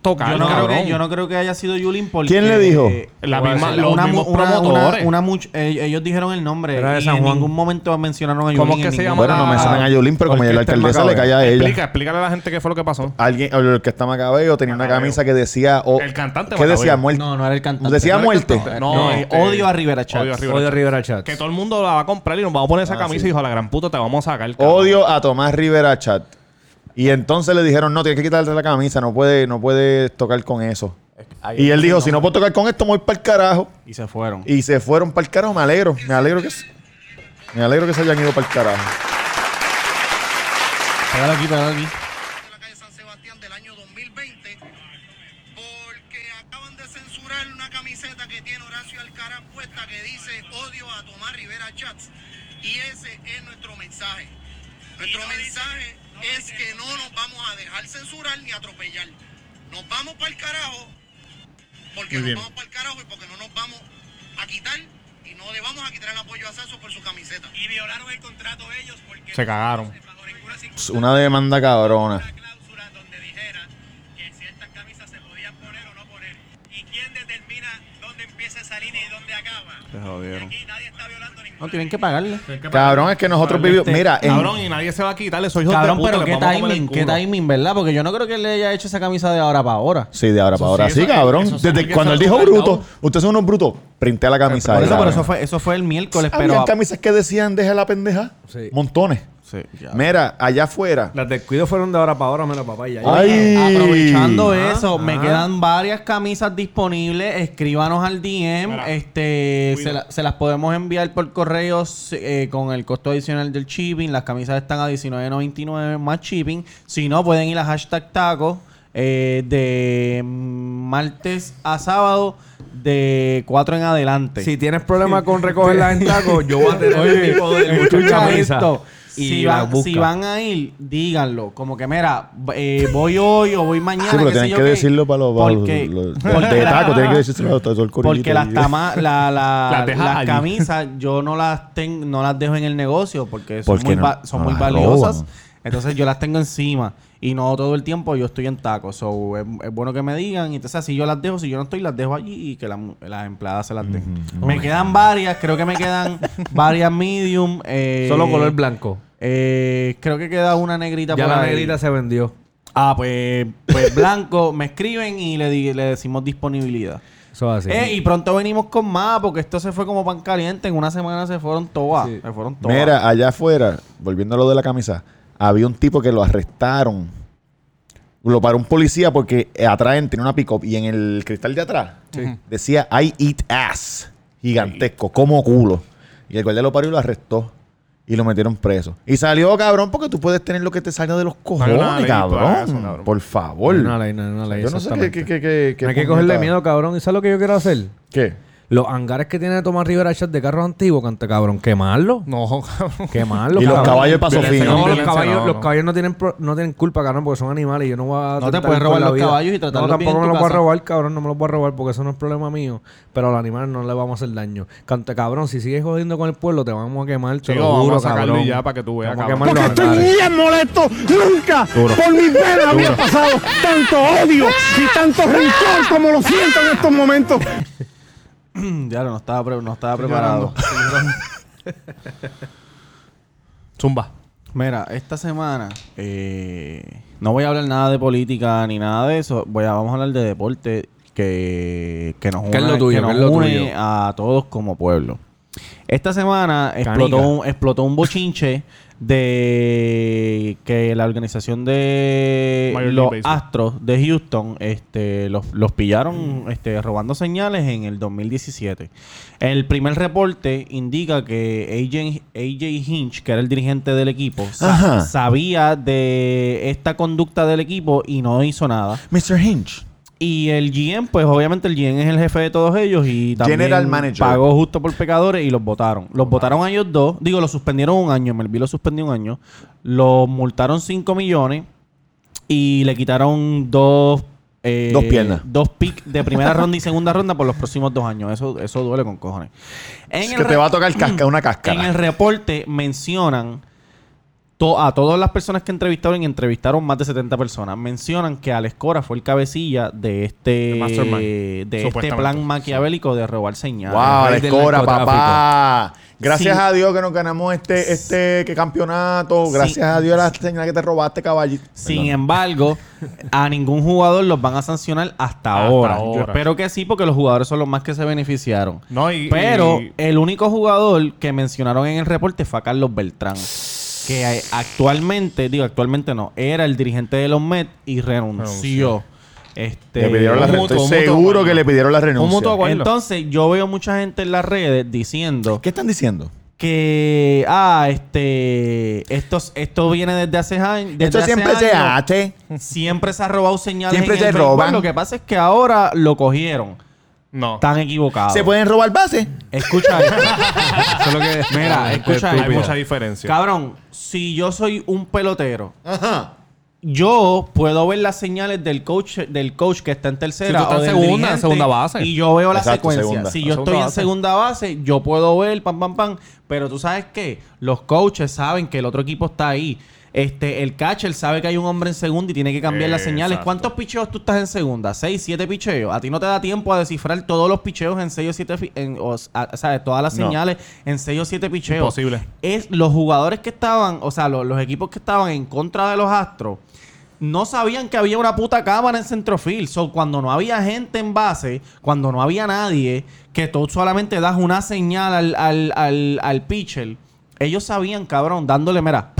tocar.
Yo no, creo
Ah, cabrón.
que, yo no creo que haya sido Yulín porque...
¿Quién le dijo?
La
Voy a
misma-
decir,
los mismos promotores.
Una, una much- eh, ellos dijeron el nombre
Era de
y
San
en
Juan.
ningún momento mencionaron a Yulín.
¿Cómo es
en
que se
ningún-
llama?
Bueno, no mencionan a Yulín, pero como ya la
Orquesta
alcaldesa le
Macabeo.
cae a
Explica,
ella.
explícale a la gente qué fue lo que pasó.
Alguien, el que está Macabeo tenía una camisa que decía... o-
El cantante
¿Qué
Macabeo.
decía? Muerte.
No, no era el cantante.
Decía
No era el
muerte.
cantante.
No,
No, eh,
este-
odio a Rivera Chat.
Odio a Rivera
Odio
Chats.
Rivera Chat.
Que todo el mundo la va a comprar y nos vamos a poner esa camisa y hijo, la gran puta te vamos a sacar. cabrón.
Ah, Odio a Tomás Rivera Chat. Y entonces le dijeron, no, tienes que quitarte la camisa, no puedes no puede tocar con eso. Y él dijo, si no puedo tocar con esto, me voy para el carajo.
Y se fueron.
Y se fueron para el carajo, me alegro, me alegro que se, me alegro que se hayan ido para el carajo.
Pégalo aquí, pégalo aquí.
la calle San Sebastián del año 2020 porque acaban de censurar una camiseta que tiene Horacio Alcaraz puesta que dice odio a Tomás Rivera Chats y ese es nuestro mensaje. Nuestro mensaje es que no nos vamos a dejar censurar ni atropellar. Nos vamos para el carajo porque nos vamos para el carajo y porque no nos vamos a quitar y no le vamos a quitar el apoyo a Sasso por su camiseta. Y violaron el contrato ellos porque
Se cagaron.
Es Una demanda cabrona.
cláusula donde dijera que ciertas camisas se podían poner o no poner. ¿Y quién determina dónde empieza esa línea y dónde acaba? Y aquí nadie está violando ninguna
No, tienen que pagarle.
Cabrón, es que nosotros vivimos... Mira, en-
Cabrón, y nadie se va a quitar esos hijos
Cabrón,
de puta.
pero
les
qué
vamos a comer el
timing, qué
culo.
timing, ¿verdad? Porque yo no creo que él le haya hecho esa camisa de ahora para ahora.
Sí, de ahora para ahora.
sí,
Sí,
eso-
cabrón.
eso sí,
Desde
porque
cuando él
eso
dijo
es
bruto,
superdown.
ustedes son unos brutos, printé la camisa.
Por
ahí,
eso, por
cabrón.
eso fue, eso fue el miércoles, pero.
Habían camisas que decían, deja la pendeja.
Sí.
Montones.
Sí, ya.
Mira, allá afuera...
Las descuidos fueron de ahora para ahora, mira, papá. Ya,
Ay.
Aprovechando
Ajá,
eso, me
ajá.
quedan varias camisas disponibles. Escríbanos al DM.
Mira,
este, se,
cuida.
la- se las podemos enviar por correos eh, con el costo adicional del shipping. Las camisas están a $19.99 más shipping. Si no, pueden ir a hashtag tacos eh, de martes a sábado de 4 en adelante.
Si tienes problemas con recogerla en taco, yo voy a tener el tipo de mucho
Escucha
camisa.
esto.
Y
Si,
la
van-
busca.
si van a ir, díganlo. Como que, mira, eh, voy hoy o voy mañana.
Sí, pero
qué sé
tienen
yo
que
qué.
decirlo para los, para los-
Porque-
los- de taco, tienen que decírselo a los el corillito
Porque las,
y-
tama- la- la-
Las deja
las
allí.
camisas yo no las ten- no las dejo en el negocio porque son
Porque
muy,
no-
va- son
no
muy
las
valiosas.
roban.
Entonces yo las tengo encima y no todo el tiempo yo estoy en tacos. So, es, es bueno que me digan. Entonces así yo las dejo. Si yo no estoy, las dejo allí y que la- las empleadas se las den. Me quedan varias. Creo que me quedan varias medium. eh,
Solo color blanco.
eh, creo que queda una negrita
Ya
por
la
ahí.
negrita se vendió.
Ah, pues, pues blanco. me escriben y le, di- le decimos disponibilidad.
Eso es así.
Eh, y pronto venimos con más, porque esto se fue como pan caliente. En una semana se fueron todas.
Sí.
Se fueron todas.
Mira, allá afuera, volviendo a lo de la camisa, había un tipo que lo arrestaron. Lo paró un policía porque atrás tenía una pick-up y en el cristal de atrás decía I eat ass. Gigantesco, como culo. Y el guardia lo paró y lo arrestó. Y lo metieron preso. Y salió, cabrón, porque tú puedes tener lo que te salga de los cojones,
una ley para
cabrón.
eso, cabrón.
Por favor.
No, no, no, no, no,
Yo no sé qué,
exactamente.
qué, qué, qué, qué
Hay que
puñeta-
cogerle miedo, cabrón. ¿Y sabes lo que yo quiero hacer?
¿Qué?
Los hangares que tiene Tomás Rivera Chat de carros antiguos, canta cabrón, quemarlo.
No, cabrón.
Quemarlo.
y los
cabrón.
caballos de paso
Violencia,
fino.
No, los
Violencia,
caballos,
no,
los
no.
caballos no tienen pro- no tienen culpa, cabrón, porque son animales y yo no voy a
No te
tratar
puedes
con
robar
la
los
vida.
caballos y tratarlos
No,
bien en
tampoco me
tu
los voy a
casa.
robar, cabrón, no me los voy a robar porque eso no es problema mío, pero a los animales no le vamos a hacer daño. Cante cabrón, si sigues jodiendo con el pueblo te vamos a quemar, te
Sí,
lo
vamos
juro,
a sacarlo
cabrón.
y ya para que tú veas,
Vamos a
cabrón.
quemar los hangares.
molesto nunca
Duro.
por mis venas había pasado tanto odio y tanto rencor como lo siento en estos momentos.
Ya Mm, no estaba, pre- no estaba preparado.
Zumba.
Mira, esta semana eh, no voy a hablar nada de política ni nada de eso. Voy a, vamos a hablar de deporte que, que nos
¿Qué es lo
una-
tuyo?
que
¿Qué
nos
es lo
une
tuyo?
a todos como pueblo. Esta semana explotó
Canica.
un, explotó un bochinche de que la organización de
Major League
los
Baseball.
Astros de Houston este, los, los pillaron este, robando señales en el 2017. El primer reporte indica que AJ, AJ Hinch, que era el dirigente del equipo, sa-
Ajá.
sabía de esta conducta del equipo y no hizo nada.
Mr. Hinch.
Y el GM, pues obviamente el GM es el jefe de todos ellos y también
General Manager.
pagó justo por pecadores y los votaron. Los votaron a ellos dos, digo, los suspendieron un año, Melví los suspendió un año, los multaron 5 millones y le quitaron dos... eh,
Dos piernas.
Dos picks de primera ronda y segunda ronda por los próximos dos años. Eso, eso duele con cojones. En
Es
el
que te
re-
va a tocar casca, una cáscara.
en el reporte mencionan to- a todas las personas que entrevistaron y entrevistaron más de 70 personas. Mencionan que Alex Cora fue el cabecilla de este,
El mastermind,
de este
supuestamente.
plan maquiavélico de robar señales.
Wow,
rey
la
del
escora,
narcotráfico.
papá. Gracias
Sí.
a Dios que nos ganamos este, este que campeonato.
Sí.
Gracias a Dios la señal que te robaste, caballito.
Sin embargo, a ningún jugador los van a sancionar hasta, ahora. Yo
ahora.
espero que sí, porque los jugadores son los más que se beneficiaron.
No, y-
Pero
y-
el único jugador que mencionaron en el reporte fue a Carlos Beltrán. Que eh, actualmente, digo, actualmente no, era el dirigente de los Met y renunció. Este,
Le pidieron la
Un mutuo,
renuncia. Estoy
un mutuo
seguro
acuerdo.
que le pidieron la renuncia.
mutuo acuerdo.
Entonces, yo veo mucha gente en las redes diciendo
¿Qué están diciendo?
que, ah, este, estos, esto viene desde hace años. desde
Esto
hace
siempre se
años.
hace.
Siempre se ha robado señales.
Siempre
en el
se
béisbol.
roban.
Lo que pasa es que ahora lo cogieron.
No.
Están equivocados.
¿Se pueden robar bases?
Escucha esto.
Eso es lo que-
Mira, escucha
Hay
estúpido.
mucha diferencia.
Cabrón, si yo soy un pelotero,
Ajá.
yo puedo ver las señales del coach del coach que está en tercera
Si tú estás
o
en
del
segunda, en
dirigente,
segunda base.
y yo veo la
Exacto,
secuencia
segunda.
si
La
yo
segunda
estoy en
base.
segunda base yo puedo ver pam pam pam pero tú sabes qué los coaches saben que el otro equipo está ahí este, el catcher sabe que hay un hombre en segunda y tiene que cambiar las señales.
Exacto.
¿Cuántos picheos tú estás en segunda? ¿Seis, siete picheos? A ti no te da tiempo a descifrar todos los picheos en seis o siete... fi- en- o, s- a- ¿sabes? Todas las
No.
señales en seis o siete picheos.
Imposible.
Es los jugadores que estaban, o sea, lo- los equipos que estaban en contra de los Astros, no sabían que había una puta cámara en centrofield. So, cuando no había gente en base, cuando no había nadie, que tú solamente das una señal al, al, al, al pitcher, ellos sabían, cabrón, dándole, mira,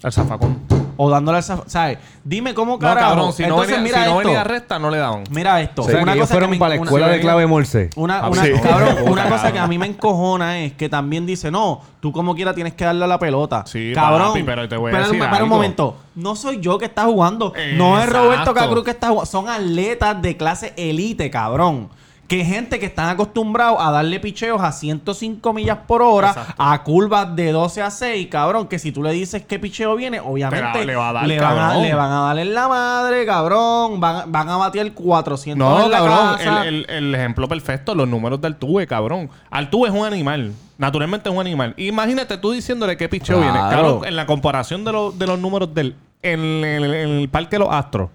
Al zafacón.
o dándole al zaf- ¿sabes? Dime cómo
No,
carajo.
cabrón. Si no
Entonces,
venía,
mira
si no
esto.
venía recta, no le daban.
Mira esto.
O sea, que ellos
cosa que
fueron
me-
para la
una-
escuela de clave Morse.
Una,
Ah,
una-
sí.
cabrón, una cosa que a mí me encojona es que también dice, no, tú como quiera tienes que darle a la pelota.
Sí,
cabrón.
papi, pero te voy a
espera,
decir
espera un
algo.
momento. No soy yo que está jugando. No es
Exacto.
Roberto Cacruz que está jugando. Son atletas de clase elite, cabrón. Que gente que están acostumbrados a darle picheos a 105 millas por hora, a curvas de 12 a 6, cabrón. Que si tú le dices qué picheo viene, obviamente
Pero le va a dar,
le van a,
cabrón.
le van a dar en la madre, cabrón. Van, van a batear 400
No,
en la
cabrón.
casa.
El, el- el ejemplo perfecto, los números de Altuve, cabrón. Altuve es un animal. Naturalmente es un animal. Imagínate tú diciéndole qué picheo
Claro.
viene. Cabrón, en la comparación de, los- de los números del en, el- en el Parque de los Astros.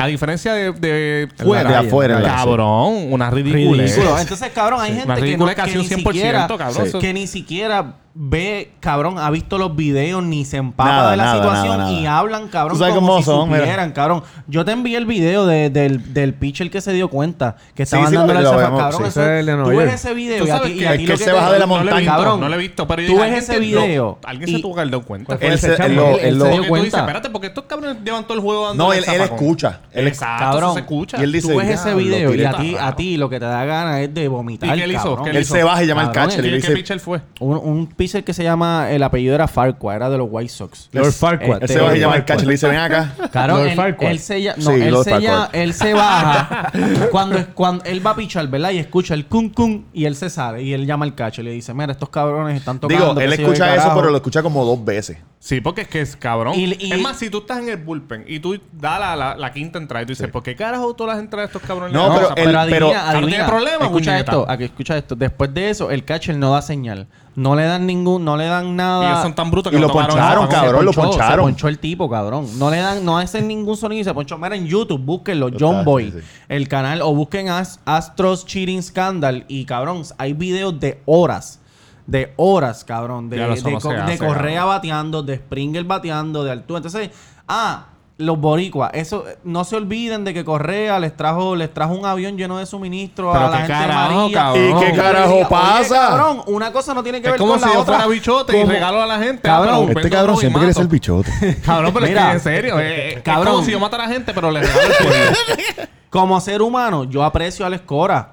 A diferencia de, de fuera.
de afuera, en la-
Cabrón, una ridícula.
Ridículo. Entonces, cabrón, hay
Una
gente que, no,
ridiculez
que
casi
ni
un 100%,
siquiera,
cabrón.
que ni siquiera ve, cabrón, ha visto los videos, ni se empapa
Nada,
de la
nada,
situación
nada, nada.
y hablan, cabrón,
Tú sabes
como
cómo
si
son, mira.
supieran, cabrón. Yo te envié el video de- del, del pitcher que se dio cuenta que
Sí,
estaban
sí, lo-
dándole al
lo
zafa-
vemos,
cabrón.
sí.
eso-
Ese es el de Nueva
tú ves
York.
ese video
Tú
y a
sabes
ti-
que-
y a
es
ti
que
lo
se
te-
baja de la
no le he
montaña.
visto, Cabrón,
no lo he visto, pero
tú
hay
ves ese
gente- lo-
video
alguien se
y-
tuvo que haber dado cuenta.
¿Cuál fue
Él
ese
se- él
chamo?
lo- él
Él- él
lo-
se dio
Porque tú dices,
cuenta.
espérate, porque estos cabrones llevan todo el juego dando
No, él, él escucha. Él escucha.
Exacto,
Cabrón.
eso se escucha.
Y él dice,
Tú ves
"Ah,
ese
"Diablo,
video y
tiré
a
pa-".
ti, a ti lo que te da ganas es de vomitar.
¿Y qué él hizo?
cabrón.
¿Qué
Él se baja y llama al
Cabrón,
catcher y
¿Qué,
le
qué
dice,
pitcher fue?
Un, un pitcher que se llama, el apellido era Farqua, era de los White Sox.
Lord Farquaad.
él
Este,
se baja y
Lord
llama al
Farquaad.
catcher le dice, ven acá.
Claro,
Lord
él,
Farquaad.
él se, ya- no,
Sí,
él,
Lord
se ya-
Farquaad.
él se baja cuando, cuando él va a pichar, ¿verdad? Y escucha el cum cum y él se sale y él llama al cacho y le dice, mira, estos cabrones están tocando.
Digo,
qué
él
sé yo,
escucha
qué
eso,
carajo".
pero lo escucha como dos veces.
Sí, porque es que es cabrón.
Y- y-
es más, si tú estás en el bullpen y tú das la, la- la quinta entrada y tú dices, ¿por qué carajo todas las entradas de estos cabrones?
No,
le dan
pero
esa
él-
parte?"
pero-
adivina,
Claro, tiene
adivina.
problemas,
Escucha
puñeta.
esto, aquí, escucha esto. Después de eso, el catcher no da señal. No le dan ningún, no le dan
Y ellos
nada.
son tan brutos
Y
que
lo
no tomaron
poncharon,
nada,
cabrón, lo
se
poncharon.
ponchó el tipo, cabrón. No le dan, no hacen ningún sonido y se ponchó. Mira en YouTube, búsquenlo, John
Total,
Boy,
sí, sí.
el canal, o busquen As- Astros Cheating Scandal. Y cabrón, hay videos de horas. De horas, cabrón. De,
Ya lo
de,
eso no
co-
se
de
hace,
Correa
cabrón.
bateando, de Springer bateando, de Altuve. Entonces, ah, los boricuas. Eso, eh, no se olviden de que Correa les trajo, les trajo un avión lleno de suministro
Pero
a la
qué
gente
carajo,
amarilla.
cabrón.
¿Y qué
Yo
carajo
diría, oye,
pasa?
cabrón, una cosa no tiene que
Es
ver
como
con
si
la
yo
otra.
fuera bichote y
Como-
regalo a la gente.
Cabrón,
Ah, pero
Este
vendo
cabrón
uno y
siempre quiere
mato.
ser bichote.
Cabrón, pero es
Mira.
que en serio. eh, eh,
Cabrón.
Es como si yo matara a la gente, pero le regalo el pueblo.
Como ser humano, yo aprecio a Alex Cora.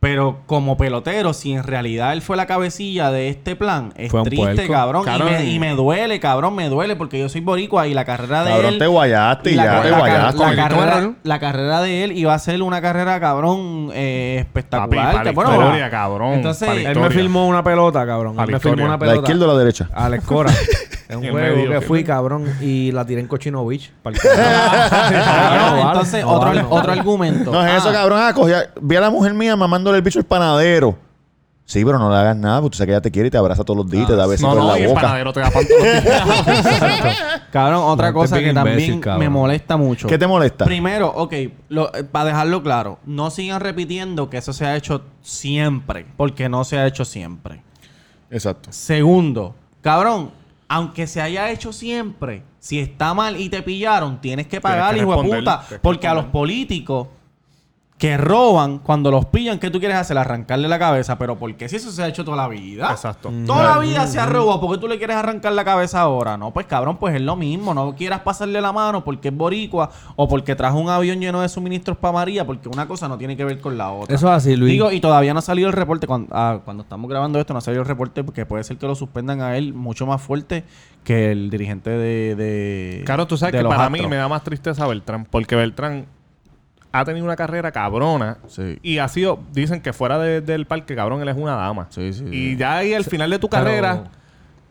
Pero como pelotero, si en realidad él fue la cabecilla de este plan, es
Fue un
triste,
puerco.
cabrón.
Cabrón.
Y, me, y me duele, cabrón, me duele porque yo soy boricua y la carrera de
Cabrón,
él...
te guayaste,
y la-
ya
la-
te
la-
guayaste.
La,
Cometiste un
carrera,
error.
la carrera de él iba a ser una carrera, cabrón, eh,
Papi,
espectacular.
para la
que, bueno,
historia, cabrón.
Entonces,
para la
él me
Él me
historia.
filmó una pelota, cabrón.
A
Él me filmó
Victoria.
una
¿La
pelota.
izquierda o la derecha?
Alex Cora. Es un
En
juego
medio,
que
¿qué?
fui, cabrón, y la tiré en Cochino Beach. pa'l
cabrón,
carajo.
entonces,
No vale, no
otro,
vale, no
otro
vale.
argumento.
No es eso,
Ah,
cabrón. Ah, cogí a- vi a la mujer mía mamándole el bicho al panadero. Sí, pero no le hagas nada, porque tú sabes que ella te quiere y te abraza todos los días, y te da besitos
No, no,
en
y
la
el
boca.
panadero te da pan todos los días.
Cabrón, otra
No,
cosa
este
que
es bien
también
imbécil, cabrón.
me molesta mucho.
¿Qué te molesta?
Primero, ok, para dejarlo claro, no sigan repitiendo que eso se ha hecho siempre, porque no se ha hecho siempre.
Exacto.
Segundo, cabrón, aunque se haya hecho siempre, si está mal y te pillaron, tienes que pagar,
que
hijo de
responder,
puta,
tienes que
porque a los
responder.
políticos que roban, cuando los pillan, ¿qué tú quieres hacer? Arrancarle la cabeza, pero ¿por qué si eso se ha hecho toda la vida?
Exacto.
Toda la vida se ha robado. ¿Por qué tú le quieres arrancar la cabeza ahora? No, pues cabrón, pues es lo mismo. No quieras pasarle la mano porque es boricua o porque trajo un avión lleno de suministros para María, porque una cosa no tiene que ver con la otra.
Eso es así, Luis.
Digo, y todavía no ha salido el reporte. Cuando, ah, cuando estamos grabando esto, no ha salido el reporte porque puede ser que lo suspendan a él mucho más fuerte que el dirigente de. de
Claro, tú sabes
de
que
los
para
Astros.
mí me da más tristeza Beltrán, porque Beltrán ha tenido una carrera cabrona
Sí.
y ha sido, dicen que fuera de- del parque, cabrón, él es una dama.
Sí, sí,
Y
sí.
ya ahí al final de tu carrera...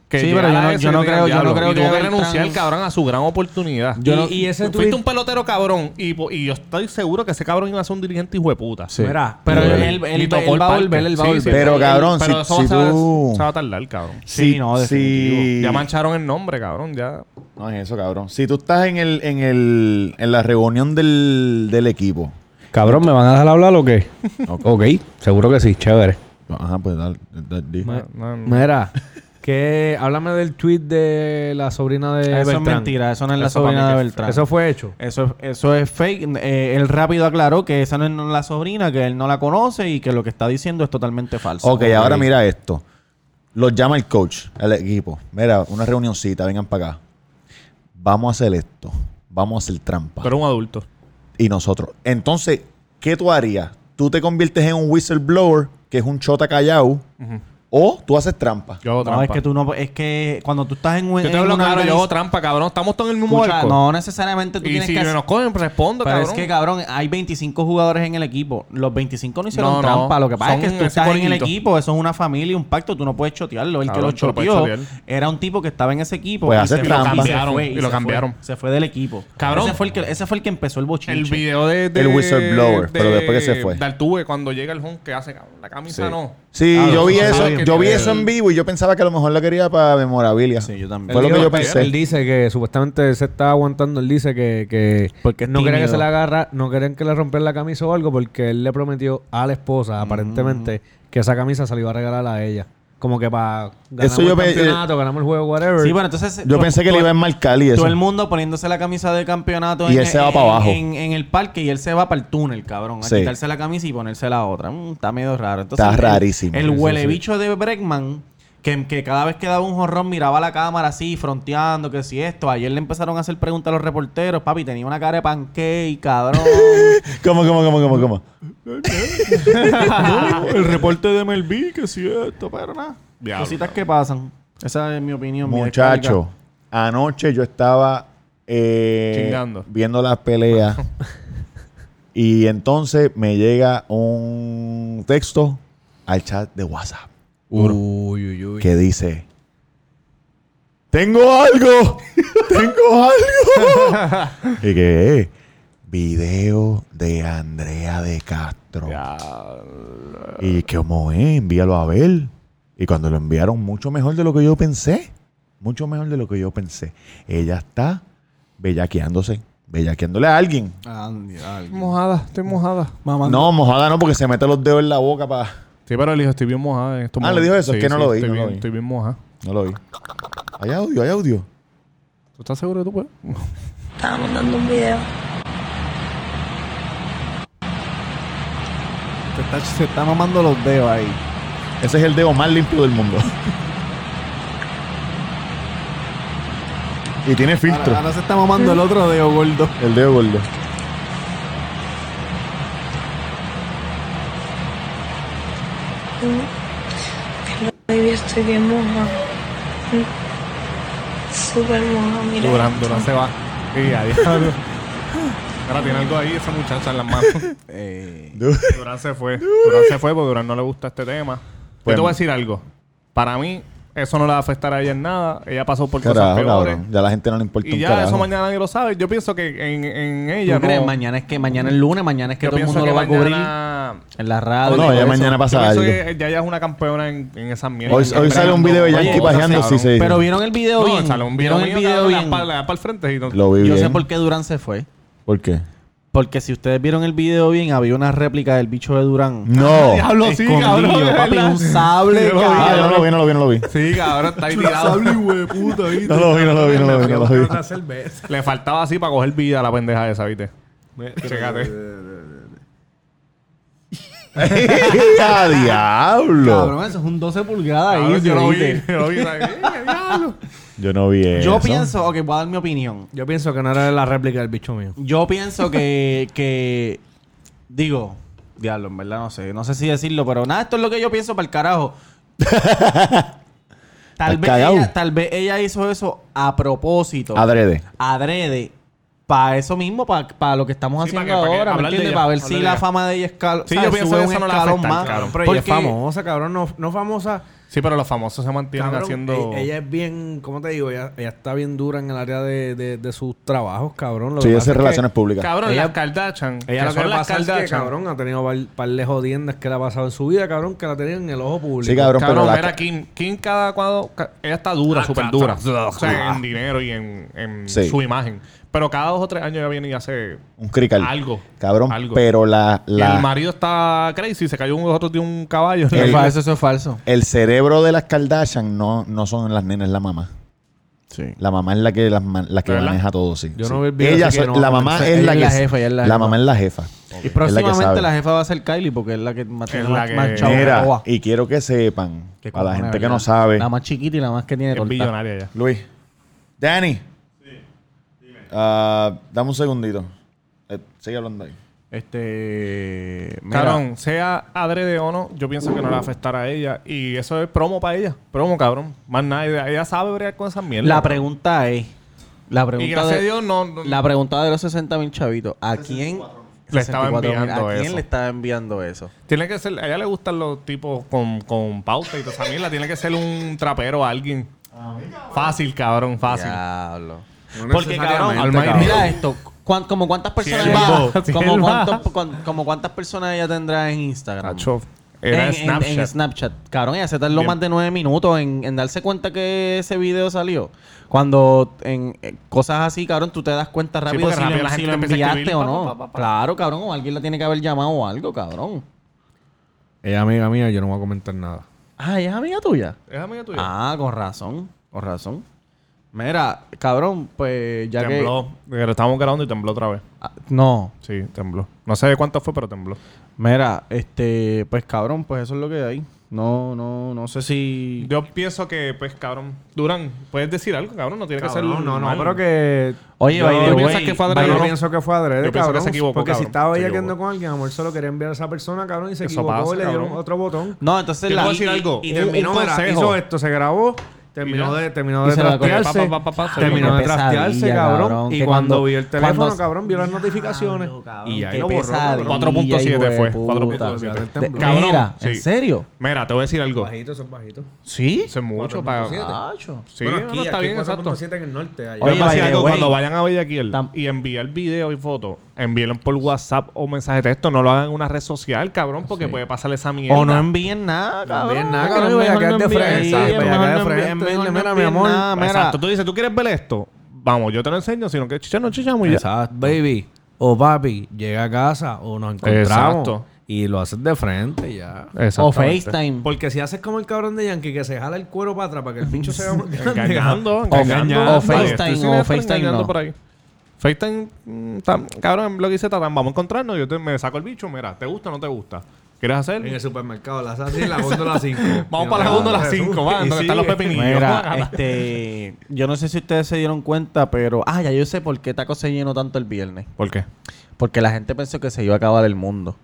que
Sí,
llegara
pero yo no-
a eso
yo
y
no
digan,
creo- yo no
"Diablo",
creo
y tuvo
que
que
Beltrán-
renunciar, cabrón, a su gran oportunidad.
Yo no- y ese
Fuiste
tuit-
un pelotero cabrón y, po- y yo estoy seguro que ese cabrón iba a ser un dirigente hijo de puta.
Sí.
Mira,
Pero
Sí.
él, él-
Ni
él-
tocó
él
el
va a
parque.
volver, él va a
Sí,
volver.
sí,
Pero,
él-
cabrón, si-
eso
si
se va-
tú-
se va a tardar, cabrón.
Sí, no,
si...
definitivo.
Ya mancharon el nombre, cabrón. Ya.
No es eso, cabrón. Si tú estás en el, en el, en la reunión del, del equipo.
Cabrón, ¿me van a dejar hablar o qué? ok, seguro que sí, chévere.
Ajá, pues dale, dale, di.
Eh,
No, no.
Mira, que háblame del tweet de la sobrina de
Eso es
Beltrán.
mentira, eso no es la
Eso para mí
sobrina de
que es-
Beltrán.
Eso fue hecho.
Eso es, eso es fake. Eh, él rápido aclaró que esa no es la sobrina, que él no la conoce y que lo que está diciendo es totalmente falso.
Ok, ahora mira esto. Los llama el coach, el equipo. Mira, una reunioncita, vengan para acá. Vamos a hacer esto. Vamos a hacer trampa.
Pero un adulto.
y nosotros. Entonces, ¿qué tú harías? ¿Tú te conviertes en un whistleblower, que es un chota callado, o tú haces trampa?
Yo hago
No,
trampa.
es que tú no. Es que cuando tú estás en un.
Yo te
en
hablo
una
claro, yo hago
organiz-
trampa, cabrón. Estamos todos en el mismo
Escucha,
barco.
No necesariamente tú
y
tienes
si
que.
me
hacer-
nos cogen, pues respondo,
pero
cabrón.
es que, cabrón, hay 25 jugadores en el equipo. Los 25 no hicieron
No, no.
trampa. Lo que pasa
Son
es que tú
ese
estás en el
corillito.
equipo. Eso es una familia, un pacto. Tú no puedes chotearlo. El
Cabrón,
que
tú
lo
lo puedes
choteó
chotear.
era un tipo que estaba en ese equipo.
Pues
y
hace
se-
trampa.
y se
Cambiaron,
fue,
y
se
lo
fue.
cambiaron.
Se fue del equipo.
Cabrón.
Ese fue el que, ese fue el que empezó el bochinche.
el video de, de-
El whistleblower, pero después que se fue.
De Altuve, cuando llega el home, que hace, cabrón? La camisa no.
Sí,
Ah,
yo
no,
vi
no,
eso,
no, no,
yo vi
no,
eso
no.
en vivo y yo pensaba que a lo mejor la quería para memorabilia.
Sí, yo también.
Fue lo
Él
que yo
dijo- Él
pensé.
dice que supuestamente se está aguantando. Él dice que, que
Porque es
no querían que
tímido.
se le agarra, no querían que le romper la camisa Mm. o algo porque él le prometió a la esposa, aparentemente, que esa camisa se la iba a regalar a ella. Como que para
Eso yo
el
pe-
campeonato, ganamos el juego, whatever.
Sí, bueno, entonces.
Yo
to-
pensé que le
to-
iba a enmarcar y eso.
Todo el mundo poniéndose la camisa de campeonato
Y él se va pa' abajo.
En, en el parque y él se va para el túnel, cabrón. A
Sí.
quitarse la camisa y ponerse la otra. Mm, está medio raro. Entonces,
Está
el-
rarísimo.
El
Sí, sí,
huele bicho de Bregman, que, que cada vez que daba un jorrón miraba la cámara así, fronteando, que si esto. Ayer le empezaron a hacer preguntas a los reporteros. Papi, tenía una cara de pancake, cabrón.
¿Cómo, cómo, cómo, cómo, cómo?
el reporte de Melví, que si esto, pero nada.
Diablo,
Cositas
cabrón.
que pasan. Esa es mi opinión. mi
Muchacho,
descarga.
anoche yo estaba eh,
Chingando.
viendo las peleas y entonces me llega un texto al chat de WhatsApp
uy, uy, uy.
que dice: Tengo algo, tengo algo. y que eh, video de Andrea de Castro. Y que como es, envíalo a ver. Y cuando lo enviaron, mucho mejor de lo que yo pensé. Mucho mejor de lo que yo pensé. Ella está bellaqueándose. Bellaqueándole a alguien.
Andy, Andy.
mojada, estoy mojada.
Mamá.
No, mojada no, porque se mete los dedos en la boca para.
Sí, pero le dijo, estoy bien mojada en estos
Ah, ¿le dijo eso? Es que no lo vi,
Estoy,
no lo
bien,
vi.
estoy bien mojada.
No lo vi. Hay audio, hay audio.
¿Tú estás seguro que tú puedes?
Estábamos dando un video.
Se está, se está mamando los dedos ahí.
Ese es el dedo más limpio del mundo. y tiene filtro.
Ahora, ahora se está mamando el otro dedo gordo.
El dedo gordo.
Baby, estoy bien mojado. Súper mojado, mira.
Durán, Durán se va. Sí, adiós. Ahora tiene algo ahí esa muchacha en las manos. Durán se fue. Durán se fue porque Durán no le gusta este tema. Yo
Pues-
te voy a decir algo. Para mí, eso no le va a afectar a ella en nada. Ella pasó por cosas
Carajo,
peores.
cabrón. Ya la gente no le importa
Y
un
ya
carajo.
eso mañana nadie lo sabe. Yo pienso que en, en
¿Tú
ella no...
crees? Mañana es que mañana es lunes, mañana es que
yo
todo el
pienso
mundo
que
lo va a cubrir
mañana-
en la
No,
radio. y todo
ya
eso.
mañana
Yo
pasa
pienso
algo.
que ya ella es una campeona en, en esas mierdas.
Hoy- hoy sale un video de Yankee pajeándose
si
y se-
Pero vieron el video
No,
bien.
sale un video
vieron
mío
el video
cabrón,
bien.
la espalda- la espalda al frente y no...
Lo vi
Yo
bien.
sé por qué Durán se fue.
¿Por qué?
Ah, Porque si ustedes vieron el video bien, había una réplica del bicho de Durán.
No.
Diablo, sí,
Escondido,
Mm. cabrón. de
papi,
verdad.
un sable,
Yo lo vi,
Ah,
cabrón.
no lo vi, no lo vi, no lo vi.
Sí, cabrón, está ahí tirado.
No lo vi, no lo vi, no lo vi, no lo vi.
Le faltaba así para coger vida a la pendeja esa, ¿viste? Chécate.
¡Ah, diablo!
Cabrón, eso es un 12 pulgadas ahí.
Cabrón, Yo lo vi,
¿viste?
yo lo vi. ¿sabes? ¡Eh, diablo!
Yo no vi eso.
Yo pienso, ok, voy a dar mi opinión.
Yo pienso que no era la réplica del bicho mío.
Yo pienso que, que digo, diablo, en verdad no sé, no sé si decirlo, pero nada, esto es lo que yo pienso para el carajo. tal
Estás
vez
cagao.
ella, tal vez ella hizo eso a propósito,
Adrede.
adrede, para eso mismo, para lo que estamos
Sí, pa'
haciendo
que- pa' que-
ahora, ¿me
hablar de
entiendes?
ella,
Para ver
hablar
si
de
la
ella.
fama de ella escala,
Sí, yo pienso que eso no la va a afectar, cabrón, pero
Ella es
Porque-
famosa, cabrón. No, no famosa.
Sí, pero los famosos se mantienen
Cabrón,
haciendo...
e- Ella es bien, ¿cómo te digo? Ella, ella está bien dura en el área de, de- de sus trabajos, cabrón. Lo
Sí,
que
ella
pasa
hace
es que-
relaciones públicas.
Cabrón,
Ella-
las Kardashian.
Ella
que
lo que
son
le
las
pasa es que,
Kardashian.
cabrón, ha tenido par, par de jodiendas que le ha pasado en su vida, cabrón, que la tenían en el ojo público.
Sí, cabrón, pero
Cabrón,
la-
mira, Kim, Kim cada cuando... ca- Ella está
Ah,
dura, súper dura. o sea, en dinero y en, en
Sí.
su imagen. Pero cada dos o tres años ella viene y hace...
un crical.
Algo.
Cabrón,
Algo.
pero la,
Y
la-
El marido está crazy, se cayó un otro de un caballo.
El-
Eso, eso es falso.
el cerebro de las Kardashian no, no son las nenas, es la mamá.
Sí.
La mamá es la que, las man- la que
¿Verdad?
maneja todo, sí.
Yo
sí.
no vi el video,
Ella
así que
so-
no-
la mamá
ella
es la,
es
que
la jefa, ella es la jefa.
mamá es la jefa.
Y
Es la que
próximamente
sabe.
la, jefa va a ser Kylie porque es la que más
Es
tiene
la
más,
que-
más chavo que
Mira,
Boa.
y quiero que sepan,
Que
para la
cojones,
gente que
¿verdad?
no sabe,
La más chiquita y la más que tiene
Es
torta.
billonaria ya.
Luis. Dani. Sí. Ah, dame un segundito. Eh, sigue hablando ahí.
Este. mira,
Cabrón, sea adrede o no, yo pienso que no le va a afectar a ella. Y eso es promo para ella. Promo, cabrón. Más nada. Ella ella sabe bregar con esas mierdas.
La
cabrón.
pregunta es. La pregunta
Y gracias
de,
a Dios no... no-
La pregunta de los 60 mil chavitos. ¿A quién
Le estaba
64.000,
enviando
¿A quién
eso?
le estaba enviando eso?
Tiene que ser... A ella le gustan los tipos con, con pauta y toda esa mierda. Tiene que ser un trapero a alguien. Fácil, cabrón. Fácil.
Diablo.
No
Porque, cabrón,
necesariamente,
Alma-
cabrón.
mira esto. ¿cuán- como cuántas personas
Si él
ella,
va, si
como
él va.
cuántos- cuán- como cuántas personas ella tendrá en Instagram?
Cacho,
En,
Era
en-
Snapchat.
en Snapchat. Cabrón, ella se tardó
Bien.
más de nueve minutos en, en darse cuenta que ese video salió. Cuando en eh, cosas así, cabrón, tú te das cuenta rápido
porque
si,
rápido
lo,
la
si
gente
lo
empieza a
enviaste
escribir,
o
pa,
no.
pa, pa, pa.
Claro, cabrón, o alguien la tiene que haber llamado o algo, cabrón.
Ella, amiga mía, yo no voy a comentar nada.
Ah, ella es amiga tuya.
Es amiga tuya.
Ah, con razón, con razón. Mira, cabrón, pues ya que...
tembló. Pero estábamos grabando y tembló otra vez.
Ah, No,
Sí, tembló. No sé de cuánto fue, pero tembló.
mira, este, pues cabrón, pues eso es lo que hay. No, no, no sé si...
Yo pienso que, pues, cabrón. Durán, puedes decir algo, cabrón. No tiene que
Cabrón,
ser.
no, no,
mal.
pero que.
Oye,
yo,
by the
yo
way,
pienso que fue
by the
adrede,
way,
yo pienso que fue adrede,
yo pienso que
cabrón,
se equivocó,
Porque si
cabrón,
estaba
se
ella quedando
equivocó.
con alguien, amor solo quería enviar a esa persona, cabrón, y se
Eso
equivocó
pasa,
y le dieron
cabrón.
otro botón.
No, entonces
Yo
la...
puedo decir algo.
Y
Un-
terminó,
un
mira,
consejo.
hizo esto, se grabó, terminó
ya.
de, terminó
Y
de
se la cogió.
trastearse,
Pa, pa, pa, pa, pa,
terminó
qué
de trastearse,
pesadilla,
cabrón,
cabrón,
y
que
cuando,
cuando-
vio el teléfono,
cuando-
cabrón, vio las notificaciones y ahí lo borró. cabrón.
4.7 fue,
4.7.
Cabrón.
Cabrón,
Mira, ¿en
sí.
serio?
Mira, te voy a decir algo.
Bajito, son bajitos.
¿Sí.
Eso es mucho para.
4.7.
Tacho.
Sí,
Ah, Bueno,
no, está bien, exacto.
4.7 en el norte. allá.
Yo
Oye,
voy a decir
by the
algo,
way,
cuando vayan a Bellaquiel
tam-
y enviar video y foto, envíenlo por WhatsApp o mensaje de texto. No lo hagan en una red social, cabrón, porque
Sí.
puede pasarle esa mierda.
O no envíen nada,
No
cabrón.
envíen nada, cabrón, y vaya a quedar de frente,
Exacto,
vaya a quedar de frente, dile, mira,
Mira,
mi
mi
amor.
amor. Mira,
Exacto. Tú dices, ¿tú quieres ver esto? Vamos, yo te lo enseño. Si no quieres chichar, no chichamos y ya.
Exacto. Baby o papi, llega a casa o nos encontramos
Exacto.
y lo haces de frente ya.
o
Exactamente. Pues,
FaceTime.
Porque si haces como el cabrón de Yankee que se jala el cuero para atrás para que el pincho se vea más grande.
Engañando,
engañando.
engañando.
O FaceTime,
Estoy
o
sin estar
FaceTime
engañando
no.
por ahí. FaceTime, mm, tam- cabrón, lo que dice Tatán, vamos a encontrarnos. Yo te- me saco el bicho, mira, ¿te gusta o no te gusta? ¿Quieres
En
hacer?
el supermercado, las haces y la góndola 5.
Vamos para la góndola 5, va, donde están los pepinillos.
Mira, eh.
Guácala.
este, yo no sé si ustedes se dieron cuenta, pero ah, ya yo sé por qué Taco se llenó tanto el viernes,
¿Por qué?
porque la gente pensó que se iba a acabar el mundo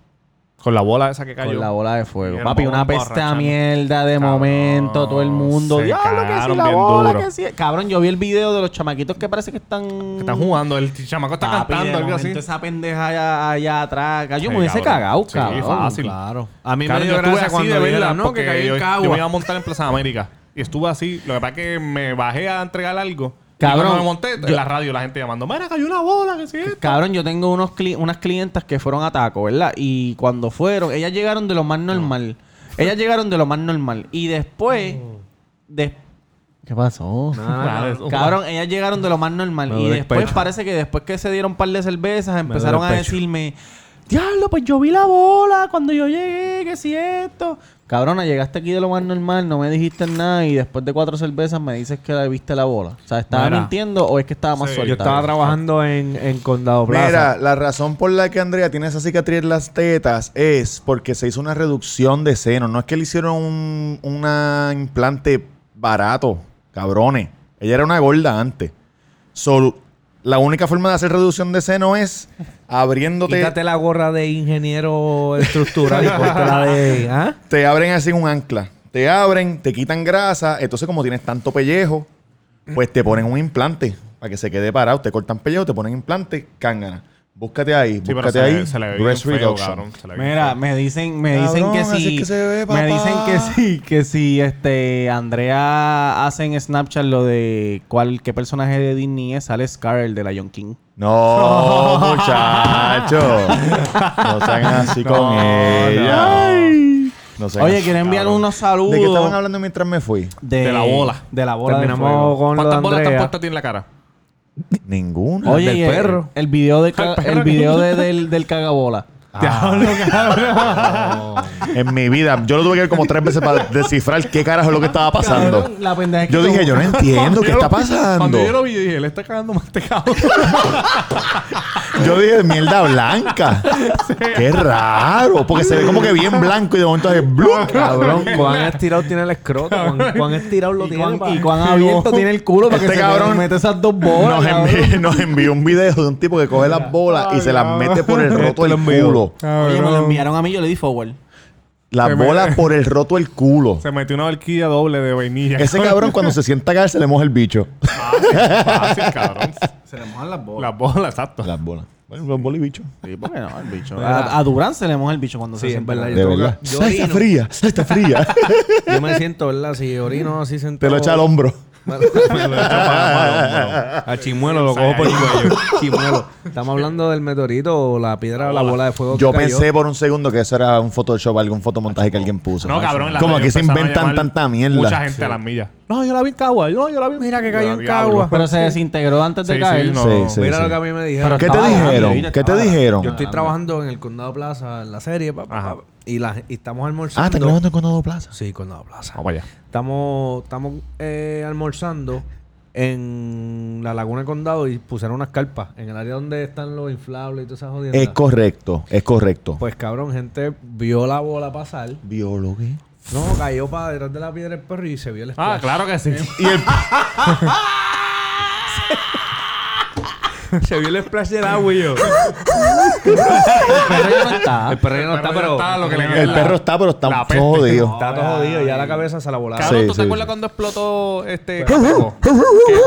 Con la bola esa que cayó.
con la bola de fuego.
Y el
Papi, una
bombo
pesta
arrachando.
mierda de
Cabrón,
momento, todo el mundo,
se
diablo que sí
cagaron
la
bien
bola
duro.
que sí. Cabrón, yo vi el video de los chamaquitos que parece que están
Que están jugando, el chamaco está
Papi, de
cantando, algo así.
momento Esa pendeja allá, allá atrás, cayó,
Sí,
me hubiese
cabrón.
cagado,
Sí,
cabrón.
fácil.
Claro. A mí
Claro,
me
yo
dio
estuve
gracia
así
cuando
de verla,
dijeron, no, que
porque
cayó
yo,
en
yo
Cagua.
me iba a montar en Plaza de América. Y estuve así. Lo que pasa es que me bajé a entregar algo.
Cabrón,
Y cuando me monté,
yo-
en la radio la gente llamando, mira, cayó una bola, que sí.
Cabrón, yo tengo unos cli- unas clientas que fueron a taco, ¿verdad? Y cuando fueron, ellas llegaron de lo más normal. Ellas llegaron de lo más normal. Y después. des- Mm. ¿Qué pasó?
Ah,
Cabrón, ellas llegaron de lo más normal.
Me
y
duele el
después
pecho.
parece que después que se dieron un par de cervezas, empezaron a
duele el pecho.
decirme: Diablo, pues yo vi la bola cuando yo llegué, que si esto. Cabrona, llegaste aquí de lo más normal, no me dijiste nada y después de cuatro cervezas me dices que la viste la bola. O sea, ¿estaba
Mira.
mintiendo o es que estaba más
Sí, yo
solta?
Yo estaba trabajando en, en Condado Plaza.
Mira, la razón por la que Andrea tiene esa cicatriz en las tetas es porque se hizo una reducción de seno. No es que le hicieron un una implante barato, cabrones. Ella era una gorda antes. So, la única forma de hacer reducción de seno es abriéndote.
Quítate la gorra de ingeniero estructural y póntela de... ¿ah?
Te abren así un ancla. Te abren, te quitan grasa. Entonces, como tienes tanto pellejo, pues te ponen un implante para que se quede parado. Te cortan pellejo, te ponen implante, cángana. Búscate ahí,
Sí, pero
búscate
se,
ahí.
le- se le ve bien
breast
feo,
reduction.
cabrón. Se le ve bien
Mira,
feo.
me dicen, me dicen que
Cabrón, así
sí.
es que se ve,
me dicen
papá.
que sí, que sí, este Andrea hace en Snapchat lo de cuál, qué personaje de Disney es, sale Scar, el de Lion King.
No, muchacho. No sean así con ella. No sean
Oye,
así.
quiero enviar unos saludos.
¿De qué estaban hablando mientras me fui?
De,
De la bola.
De la bola. de
Terminamos
fuego.
con lo de
¿Cuántas bolas tan
Andrea.
puestas tiene en la cara?
Ninguna.
Oye,
del
y el,
perro.
el video, de ca-
perro.
el video de- del, del cagabola.
En mi vida. Yo lo tuve que ver como tres veces para descifrar qué carajo es lo que estaba pasando.
Cabrón, la pendeja es que
Yo dije, yo no entiendo qué
Yo
está
lo- Cuando
pasando.
yo lo vi, yo dije, le está cagando mantecado.
Yo dije, mierda blanca. Qué raro. Porque se ve como que bien blanco y de momento es blue.
Cabrón, cuán estirado tiene el escroto, cuán, cuán estirado lo
Y
tiene.
cuán,
pa-
y cuán abierto tiene el culo para
Este
que se
cabrón
mete esas dos bolas.
Nos
cabrón.
envió, nos envió un video de un tipo que coge las bolas y se las mete por el roto del culo.
Oye, me lo enviaron a mí, yo le di forward.
Las
Se me-
bolas por el roto el culo.
Se metió una horquilla doble de vainilla.
Ese cabrón cuando se sienta a caer se le moja el bicho.
Fácil, cabrón.
Se le mojan las bolas.
Las bolas, exacto.
Las bolas. Bueno, las bolas y bicho.
Sí, porque no, el bicho. A, a Durán se le moja el bicho cuando
Sí,
se
es
sienta.
verdad,
mal.
Yo
De
tengo
verdad.
que- yo
Ay, está
orino.
fría, Ay, está fría.
Yo me siento, ¿verdad? Si orino así sentado.
Te lo echa al hombro.
Me lo- me lo echa para- para- A Chimuelo lo cojo por el cuello. Chimuelo. Estamos hablando del meteorito o la piedra o la bola de fuego. que
Yo
cayó.
pensé por un segundo que eso era un Photoshop, algún fotomontaje que alguien puso.
No, cabrón. en la
Como
radio
que se
empezaron a
inventan
llamar
tanta mierda.
Mucha gente a las millas.
No, yo la vi en Cagua. No, yo la vi.
Mira que cayó en
Diablo.
Cagua.
Pero se desintegró antes de
Sí, sí,
caer.
no.
Sí, sí,
Mira
sí.
lo que a mí me dijeron.
¿Qué te
Estaba grande,
dijeron? Ah,
ahorita
¿Qué te
estaba grande.
dijeron?
Yo estoy trabajando en el Condado Plaza, en la serie, papá.
Ajá.
y, la- y estamos almorzando.
Ah, están grabando en Condado Plaza.
Sí, Condado Plaza.
Vamos allá.
Estamos, estamos eh, almorzando en la Laguna de Condado y pusieron unas carpas en el área donde están los inflables y todas esas jodiendas.
Es correcto, es correcto.
Pues cabrón, gente vio la bola pasar.
Biólogo. ¿eh?
No, cayó para detrás de la piedra el perro y se vio el
Ah,
splash.
claro que sí.
Y el,
Se vio el splash del agua y yo.
Pero ya no está.
El perro ya no está,
perro ya
pero.
está, lo que le
el perro está, pero está
la
todo
peste.
jodido.
Está todo jodido, ya la cabeza se la volaron.
Cabrón,
Sí,
¿tú
sí,
te acuerdas
sí.
cuando explotó este Cateco? que el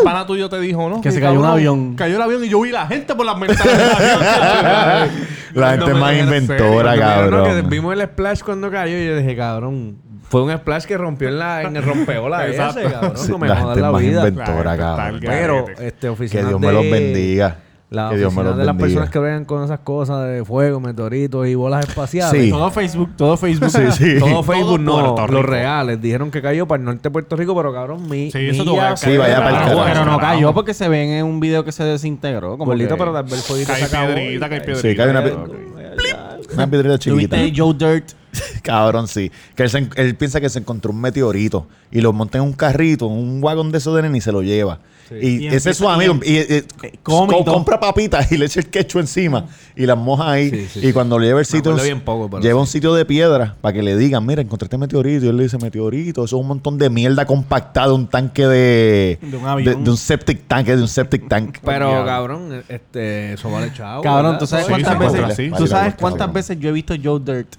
pana tuyo te dijo, ¿no?
Que se cayó un
cabrón,
avión.
Cayó el avión y yo vi la gente por las ventanas del avión.
La gente es
me
más
tomen en
inventora,
serio.
Cabrón,
cabrón.
que vimos el splash cuando cayó y yo dije, cabrón, fue un splash que rompió en, la, en el rompeola ese,
Exacto.
cabrón.
Sí,
no me
la
jodas
gente
la
es más
vida.
La
inventora,
gente
cabrón.
está al
Pero,
garete.
este,
Que
oficina
Dios me los
de-
bendiga.
La
Que Dios me
oficina
los
de las personas
bendiga.
que bregan con esas cosas de fuego, meteoritos y bolas espaciales.
Sí.
Todo Facebook, todo Facebook.
Sí, sí.
Todo Facebook
Puerto
no,
Rico.
los reales. Dijeron que cayó para el norte de Puerto Rico, pero cabrón, mi.
Sí, eso tú
millas,
vas a
Sí,
caer
vaya
en la
pa'l carajo.
agua,
Pero no
en la
cayó
agua.
porque se ven en un video que se desintegró. Como
bolito,
que-
pero tal vez el fueguito se
Cae
acabó.
piedrita, cae piedrita.
Sí, cae una, pi- una piedrita
¿Tú
chiquita.
viste Joe Dirt?
Cabrón, sí. Que él, se en- él piensa que se encontró un meteorito y lo monta en un carrito, en un vagón de esos de nene y se lo lleva. Y, ese
Y empieza-
es su amigo. Y, y-
come
co-
y todo.
compra papitas y le echa el quecho encima y las moja ahí.
Sí, sí,
y
sí.
cuando le lleva el sitio,
acuerdo bien poco, pero
lleva un sitio de piedra para que le digan: Mira, encontré este meteorito. Y él le dice: Meteorito, eso es un montón de mierda compactada, un tanque de.
De un avión.
De, de un septic tank, es de un septic tank.
Pero,
Diablo.
cabrón, este, eso vale chavo.
Cabrón,
¿verdad?
¿tú sabes
Sí,
cuántas
sí,
veces?
sí, sí.
¿Tú sabes
Sí,
cuántas
sí.
veces yo he visto Joe Dirt?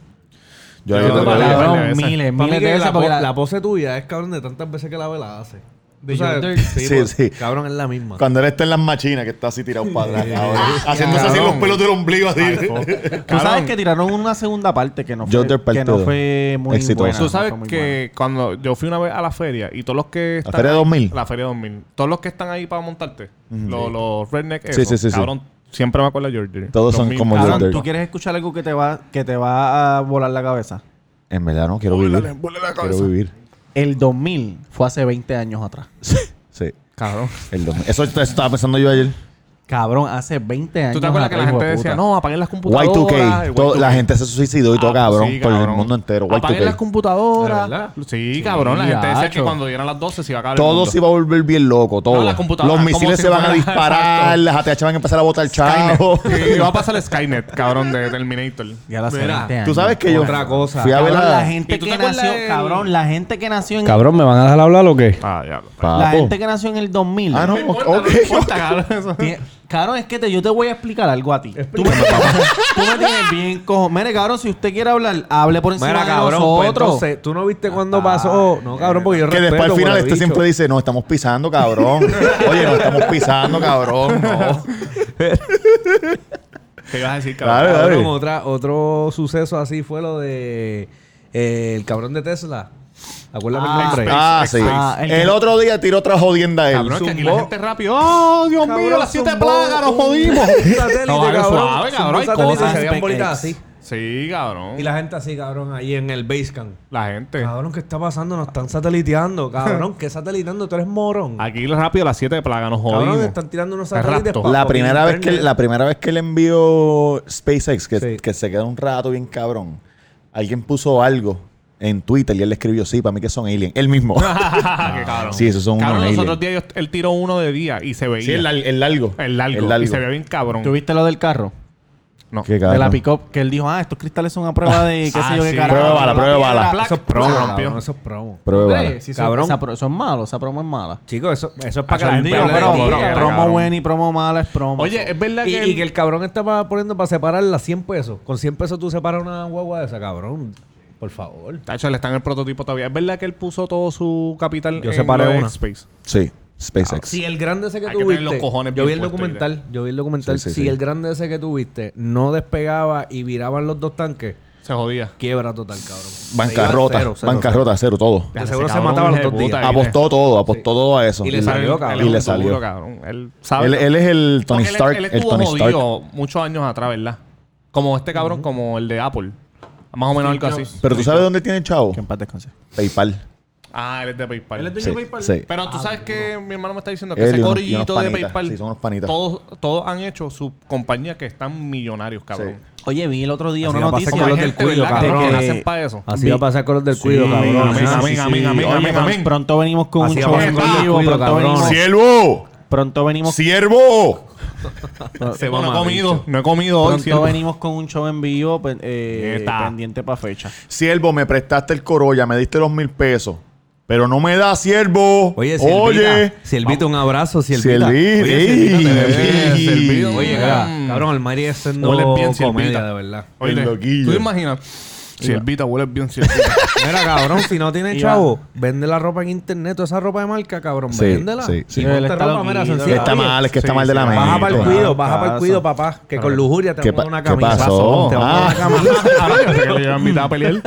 Yo,
Yo
yo-
te
yo-
palabra.
yo-
Cabrón,
veces.
miles,
Para mí
miles
que
de veces.
la,
Porque
po-
la-
la pose tuya es, cabrón, de tantas veces que la vela hace.
De
Tú sabes,
Jordan.
sí,
Sí,
pues,
sí.
Cabrón, es la misma.
cuando él está en las machinas, que está así tirado para atrás, cabrón, haciéndose así
Cabrón.
los pelos del ombligo, así.
Tú sabes que tiraron una segunda parte que no
Joe
fue,
Dirt
que
partido.
no fue muy
Exitoso.
buena.
Tú
no
sabes
fue muy buena.
que cuando yo fui una vez a la feria y todos los que están
Feria
ahí-
2000?
La Feria 2000. Todos los que están ahí para montarte. los, los redneck
Sí,
esos,
sí, sí, sí.
Cabrón, siempre me acuerdo de George.
Todos son como
George.
Joe
Cabrón,
Dirt.
¿tú quieres escuchar algo que te va, que te va a volar la cabeza?
En verdad no quiero vivir. Quiero vivir.
El 2000 fue hace 20 años atrás.
Sí.
Cabrón.
El dom- Eso, eso estaba pensando yo ayer.
Cabrón, hace 20 años
¿Tú te acuerdas que la
atrás,
gente
hijo de
decía,
puta?
no, apaguen las computadoras?
Y2K.
el
todo-
Y2K.
la gente se suicidó y todo,
Ah,
cabrón,
sí,
por el
cabrón.
mundo entero.
Apaguen las
Y2K.
computadoras.
¿De verdad?
Sí, cabrón. La gente decía que
hacho.
cuando dieran las 12 se iba a acabar el
Todo
mundo.
se iba a volver bien loco, todo.
No, las computadoras,
Los misiles
como si
se van a
fuera-
disparar,
Exacto.
las ATH van a empezar a botar
Skynet.
chavo.
Y va a pasar Skynet, cabrón, de Terminator.
Ya la hace
Mira,
20 años.
Tú sabes que yo
Otra cosa.
fui a ver
Cabrón, la
la...
¿Y
gente
tú
que
te acuerdas
nació,
del-
cabrón, la gente que nació en
Ah,
Cabrón, ¿me van a dejar hablar o qué?
Ah, ya. lo-
la
Papo.
gente que nació en el 2000.
Ah, no,
No importa, no
ok.
importa, cabrón, eso.
Tiene- Cabrón, es que te- yo te voy a explicar algo a ti. Tú me, tú me tienes bien cojo. Mire, cabrón, si usted quiere hablar, hable por encima de
Mira, cabrón, pues
nosotros. Ah,
entonces, ¿tú no viste cuando pasó? No, cabrón, porque yo
Que después al
respeto,
final
huele
este
bicho.
siempre dice, no, estamos pisando, cabrón. Oye, no estamos pisando, cabrón, no.
¿Qué ibas a decir,
Dale,
cabrón?
dale.
Cabrón, otra, otro suceso así fue lo de eh, el cabrón de Tesla. Acuérdame
Ah,
el nombre.
Ah, sí.
Ah, el-
el otro día tiró otra jodienda a él.
Cabrón, que aquí la
zumbó.
gente rápido. ¡Oh, Dios mío! ¡Las siete plagas!
Uh.
¡Nos jodimos! No, algo suave, cabrón, hay
cosas.
Se veían bolitas
SpaceX.
así.
Sí, cabrón.
Y la gente así, cabrón, ahí en el Basecamp.
La gente.
Cabrón, ¿qué está pasando? Nos están sateliteando. Cabrón, ¿qué sateliteando? Tú eres morón.
Aquí rápido las siete plagas nos
Cabrón,
jodimos.
están tirando unos
Te
satélites
rapto.
pa-
La
Papo,
primera,
tiene
vez que,
internet.
la primera vez que le envió SpaceX, que,
Sí.
que se queda un rato bien cabrón, alguien puso algo en Twitter y él le escribió, sí, para mí que son aliens. Él mismo.
Qué cabrón.
Sí, esos son
Cabrón, los
unos aliens.
otros días yo- él tiró uno de día y se veía.
sí, el, lar- el largo.
El largo. Y se veía bien cabrón.
¿Tuviste lo del carro?
No.
Qué
De la
cabrón.
pick-up. Que él dijo, ah, estos cristales son a prueba de qué
Ah,
sé yo qué
sí.
carajo.
Prueba bala, prueba bala.
Placa.
Eso es promo,
Cabrón,
campeón.
Eso es promo.
Prueba.
Hombre, si eso-
Cabrón.
esa pro- Eso es malo, esa promo es mala.
Chicos, eso, eso es para que
Eso
la
es
gente
un
hable
pero-
de
pero-
ti,
pero-
cabrón.
promo buena y promo mala es promo.
Oye, es verdad
Y,
que.
y que el cabrón estaba poniendo para separar las 100 pesos. Con 100 pesos tú separas una guagua de esa, cabrón. Por favor.
Tacho, le está en el prototipo todavía. Es verdad que él puso todo su capital
Yo
en
separé
lo de
una.
Space.
Sí, SpaceX.
Si el grande ese que
Hay que tener
tuviste.
los cojones
yo vi
bien
el
puestos,
documental. Yo vi el documental.
Sí, sí,
si
sí.
el grande ese que tuviste no despegaba y viraban los dos tanques,
Se jodía.
quiebra total, cabrón.
bancarrota,
Se iba a cero, cero,
bancarrota, cero, todo.
De
Ese
seguro se
cabrón
mataba los
es
dos
de puta,
días.
Apostó todo, apostó todo a eso.
Y le salió,
Él
cabrón.
es
Y le
un
salió.
duro, cabrón. Él sabe.
Él, él es el Tony
Porque él-
Stark.
Él,
el
estuvo
Tony Stark.
jodido muchos años atrás, ¿verdad? Como este cabrón, como el de Apple. Más o menos algo así.
Pero tú sabes dónde tiene el chavo.
Que en paz descanse.
PayPal.
Ah, él es de PayPal. Ah,
Sí, sí.
Pero tú sabes que mi hermano me está diciendo que
Él y
ese
unos- y
corillito
unos
de
panitas.
PayPal.
Sí, son unos panitas.
Todos, todos han hecho su compañía que están millonarios, cabrón.
Oye, vi el otro día
Así
una
va a pasar
noticia.
con los
Hay
del
gente,
cuido,
¿verdad? que-
cabrón.
que-
Nacen pa' eso.
Así va a pasar con los del cuido, cabrón.
amén,
Ah,
amén,
sí,
amén,
sí.
amén,
Oye,
amén,
cabrón,
amén.
Pronto venimos con
Así
un
va
show
a pasar
en
con los del
vivo.
cuido,
Pronto
cabrón.
venimos,
¡Siervo!
pronto venimos,
¡Siervo!
Se no he comido, no he comido hoy.
pronto
siervo.
venimos con un show en vivo pe- eh,
Neta.
pendiente para fecha.
Siervo, me prestaste el corolla, me diste los mil pesos. Pero no me da, siervo.
Oye, Silvita.
Oye.
Silvita, un abrazo,
Silvita,
Silvita. Oye,
ey.
Silvita, Oye,
Mm.
ca- cabrón, el Mari es siendo
Huele bien,
comedia,
Silvita.
de verdad.
Oye,
El loquillo.
¿tú te imaginas? Siervita, hueles bien, siervita.
Mira, cabrón, si no tiene
Iván.
chavo, vende la ropa en internet, toda esa ropa de marca, cabrón,
Sí,
véndela.
sí, sí.
Y
Él
ponte
está
ropa, mira,
loquito,
sencilla.
Está
Oye,
mal, es que está
sí,
mal de la
sí.
mente.
Baja para el cuido, baja
pasa.
para el cuido, papá, que con lujuria te
¿Qué
vamos
pa-
a dar una
qué
camisa.
pasó?
Te vamos a dar
Ah.
una camisa.
Ah, yo pensé que lo llevaban mitad a pelear.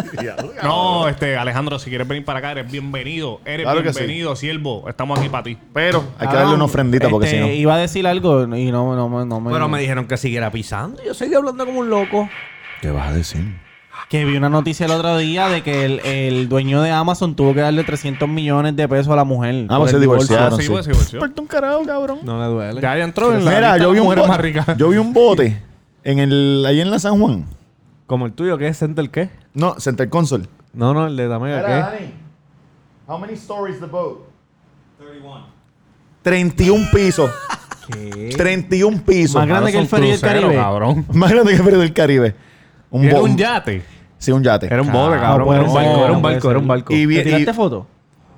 No, este, Alejandro, si quieres venir para acá, eres bienvenido. Eres
Claro que sí.
bienvenido, siervo. Estamos aquí para ti.
Pero hay que darle
Cabrón,
una ofrendita porque
este,
si no.
Iba a decir algo y no, no, no, no me.
Pero me dijeron que siguiera pisando. Yo seguí hablando como un loco.
¿Qué vas a decir?
Que vi una noticia el otro día de que el, el dueño de Amazon tuvo que darle 300 millones de pesos a la mujer.
Ah,
por
pues
el
se
divorcio.
divorciaron.
sí,
sí.
pues, se divorció.
Falta un carajo, cabrón.
No le duele.
Ya entró en la
Mira,
lista
yo
de
vi, un
mujeres
bote,
más ricas.
yo vi un bote en el, ahí en la San Juan.
Como el tuyo, ¿qué es Center qué?
No, Center Console.
No, no, el de Tamega, ¿qué?
How many stories the boat? 31. 31 pisos. 31 pisos.
Más grande que el Ferry del
Crucero,
Caribe.
cabrón.
Más grande que el Ferry del Caribe. Un
Era
bo-
un yate.
Sí, un yate.
Era un bote, cabrón.
puede
era un
ser,
barco, era
no
un
puede
barco.
ser.
era un barco.
Y vi-
¿Le tiraste
y-
foto?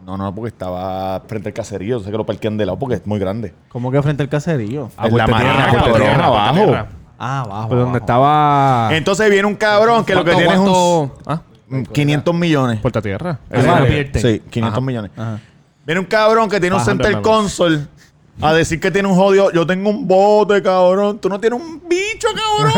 No, no, porque estaba frente al caserío. Yo sé que lo parquean de lado porque es muy grande.
¿Cómo que frente al caserío?
A
en la
Puerto
marina,
Ah, pues Tierra,
Puerto
Puerto
Tierra,
Tierra, Puerto
abajo.
Tierra. Ah.
Ah, abajo.
Pero donde
abajo.
estaba.
Entonces viene un cabrón que lo que
¿Cuánto-
tiene es un
cuánto- ah, pues,
mm, 500 millones.
Puerta Tierra.
Sí,
Ese era
vale.
Pierten.
Sí, 500 millones.
Ajá.
Viene un cabrón que tiene un
Bajando
center
el memo.
console a decir que tiene un jodido. Yo tengo un bote, cabrón. Tú no tienes un bicho, cabrón.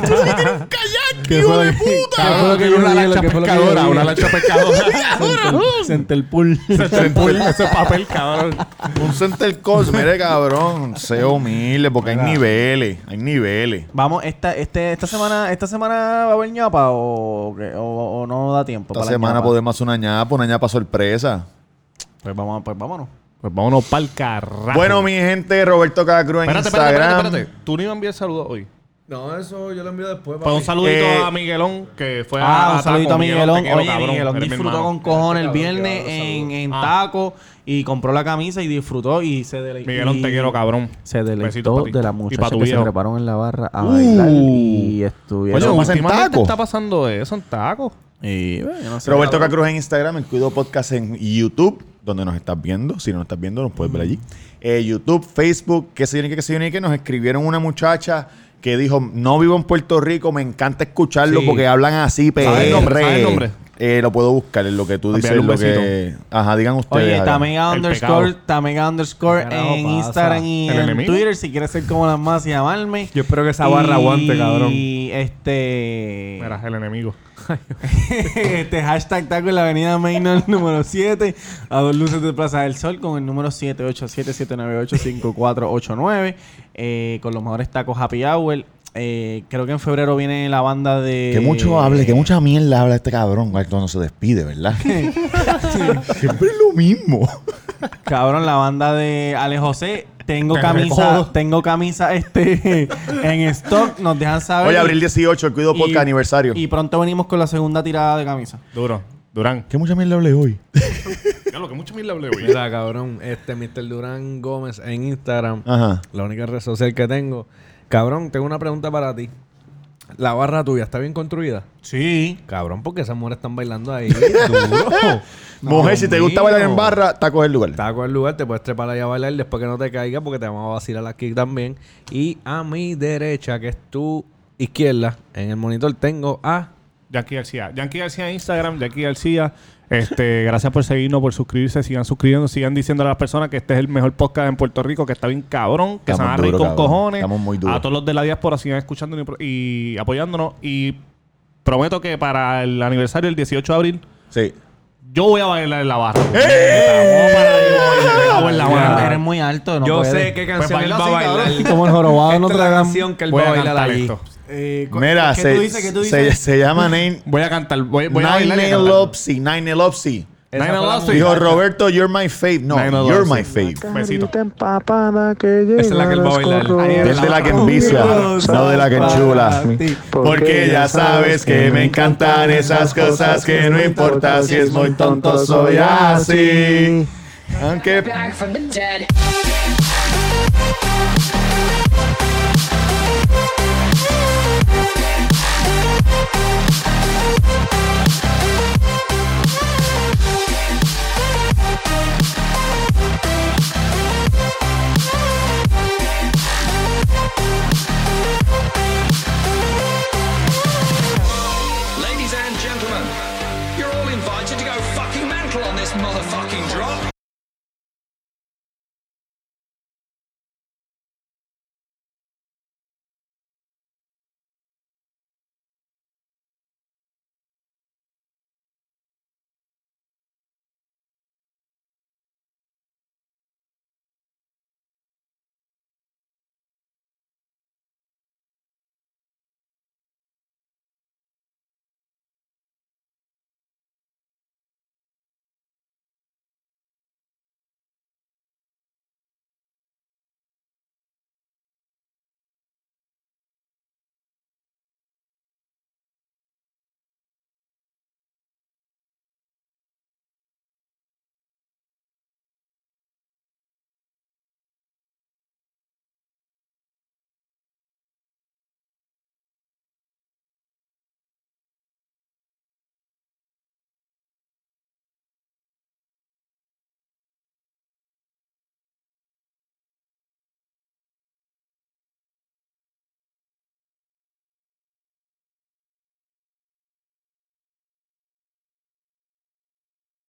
Tú sí tienes un kayak, hijo de puta.
Cabrón, que una lancha
¿Qué fue lo que yo
pescadora,
vi?
una lancha pescadora.
Frente al pool.
Ese papel, Ese papel, cabrón.
un center console. Mire, cabrón. Sé humilde porque hay niveles. Hay niveles.
Vamos, esta, este, esta semana, esta semana va a haber ñapa o, qué? o, o no da tiempo.
Esta
para la
semana
ñapa?
podemos hacer una ñapa, una ñapa sorpresa.
Pues vamos, pues vámonos.
Pues vámonos pa'l carajo.
Bueno, mi gente, Roberto Cacru en
Espérate, espérate,
Instagram.
espérate, espérate. Tú no ibas a enviar saludos hoy.
No, eso yo lo envío después.
Pues un saludito
Eh,
a Miguelón, que fue
Ah, un
Taco.
saludito a Miguelón.
te quiero,
Oye,
cabrón,
Miguelón
eres mi
disfrutó
hermano.
con cojones el
Cabrón, que
viernes
va a dar
en,
saludos.
en
Ah.
taco y compró la camisa y disfrutó y se deleitó.
Miguelón, te quiero, cabrón.
Se
Besitos
deleitó
pa' ti.
de la
Y pa'
muchacha
tu
que se
viejo.
prepararon en la barra a
Uh.
bailar y
Pues
estuvieron.
eso pasa en
últimamente
taco.
está pasando eso en tacos.
Y, bueno, yo no sé.
Roberto Cacruz en Instagram, el Cuido Podcast en YouTube, donde nos estás viendo. Si no nos estás viendo, nos puedes ver allí. Eh, YouTube, Facebook, qué se yo ni qué, qué sé yo ni qué. Nos escribieron una muchacha que dijo, no vivo en Puerto Rico, me encanta escucharlo
Sí.
porque hablan así, PR.
¿Sabe el nombre? ¿Sabe el nombre?
Eh, lo puedo buscar, es lo que tú dices.
Enviarle un
lo que... Ajá, digan ustedes.
Oye,
hagan.
Tamega
El
underscore,
pecado.
Tamega underscore en
Carajo, pasa.
Instagram y
El
en
enemigo.
Twitter si quieres ser como las más y llamarme.
Yo espero que esa barra aguante, cabrón.
Y este.
Mira, el enemigo.
este hashtag taco en la avenida Mainor número 7 a dos luces de Plaza del Sol con el número 787-798-5489 eh, con los mejores tacos Happy Hour. Eh, creo que en febrero viene la banda de...
Que
eh,
mucho hable, que mucha mierda habla este cabrón cuando se despide, ¿verdad? Siempre es lo mismo.
Cabrón, la banda de Ale José. Tengo
Te
camisa,
recojo.
tengo camisa este en stock. Nos dejan saber.
Oye, abril 18, el Cuido
Y-
Podcast aniversario.
Y pronto venimos con la segunda tirada de camisa.
Duro. Durán.
¿Qué mucha mierda hablé hoy?
Ya lo que mucho mil le hablé hoy.
Mira, cabrón, este Mr. Durán Gómez en Instagram,
Ajá.
la única red social que tengo. Cabrón, tengo una pregunta para ti. La barra tuya está bien construida.
Sí.
Cabrón, porque esas mujeres están bailando ahí. Duro.
Eh. Mujer, si te gusta bailar en
mío.
barra, tacos el lugar.
Está con el lugar, te puedes trepar allá a bailar después que no te caiga porque te vamos a vacilar aquí también. Y a mi derecha, que es tu izquierda, en el monitor tengo a...
Yankee García. Yankee García en Instagram, Yankee García. Este, gracias por seguirnos, por suscribirse, sigan suscribiendo, sigan diciendo a las personas que este es el mejor podcast en Puerto Rico, que está bien cabrón, que se
Estamos
van a reír
duro,
con
cabrón.
cojones.
Estamos muy duros.
A todos los de la diáspora sigan escuchando y y apoyándonos. Y prometo que para el aniversario del 18 de abril,
Sí.
yo voy a bailar en la barra.
¡Eh!
Vamos para ahí, vamos a
Ah,
bailar en la barra.
pues Eres muy alto. No
Yo
puedes. Pues
sé qué canción
baila
él va a
así,
bailar.
cabrón.
Como el jorobado
Esta
no
Este es la
tragan.
canción que él
Voy
va a
a
bailar
cantar
allí.
esto.
Eh, cu-
Mira,
¿qué
se,
tú dices? ¿Qué tú
se,
dices?
se llama Nine,
Voy a cantar, voy, voy a bailar
Nine
y a
Nail
cantar.
Opsy. Nine Nail Opsy.
Esa fue la
9-11.
música.
Dijo Roberto, you're my fave. No,
Nine and
you're
Lost.
my fave.
Besito.
Carita empapada que
Esa es la que él va a
llegarás
bailar.
con
Ahí
ropa
Es de la que envicia, no de la que enchula. Porque ya sabes que me encantan esas cosas que no importa si es muy tonto soy así. Aunque
Back from the dead.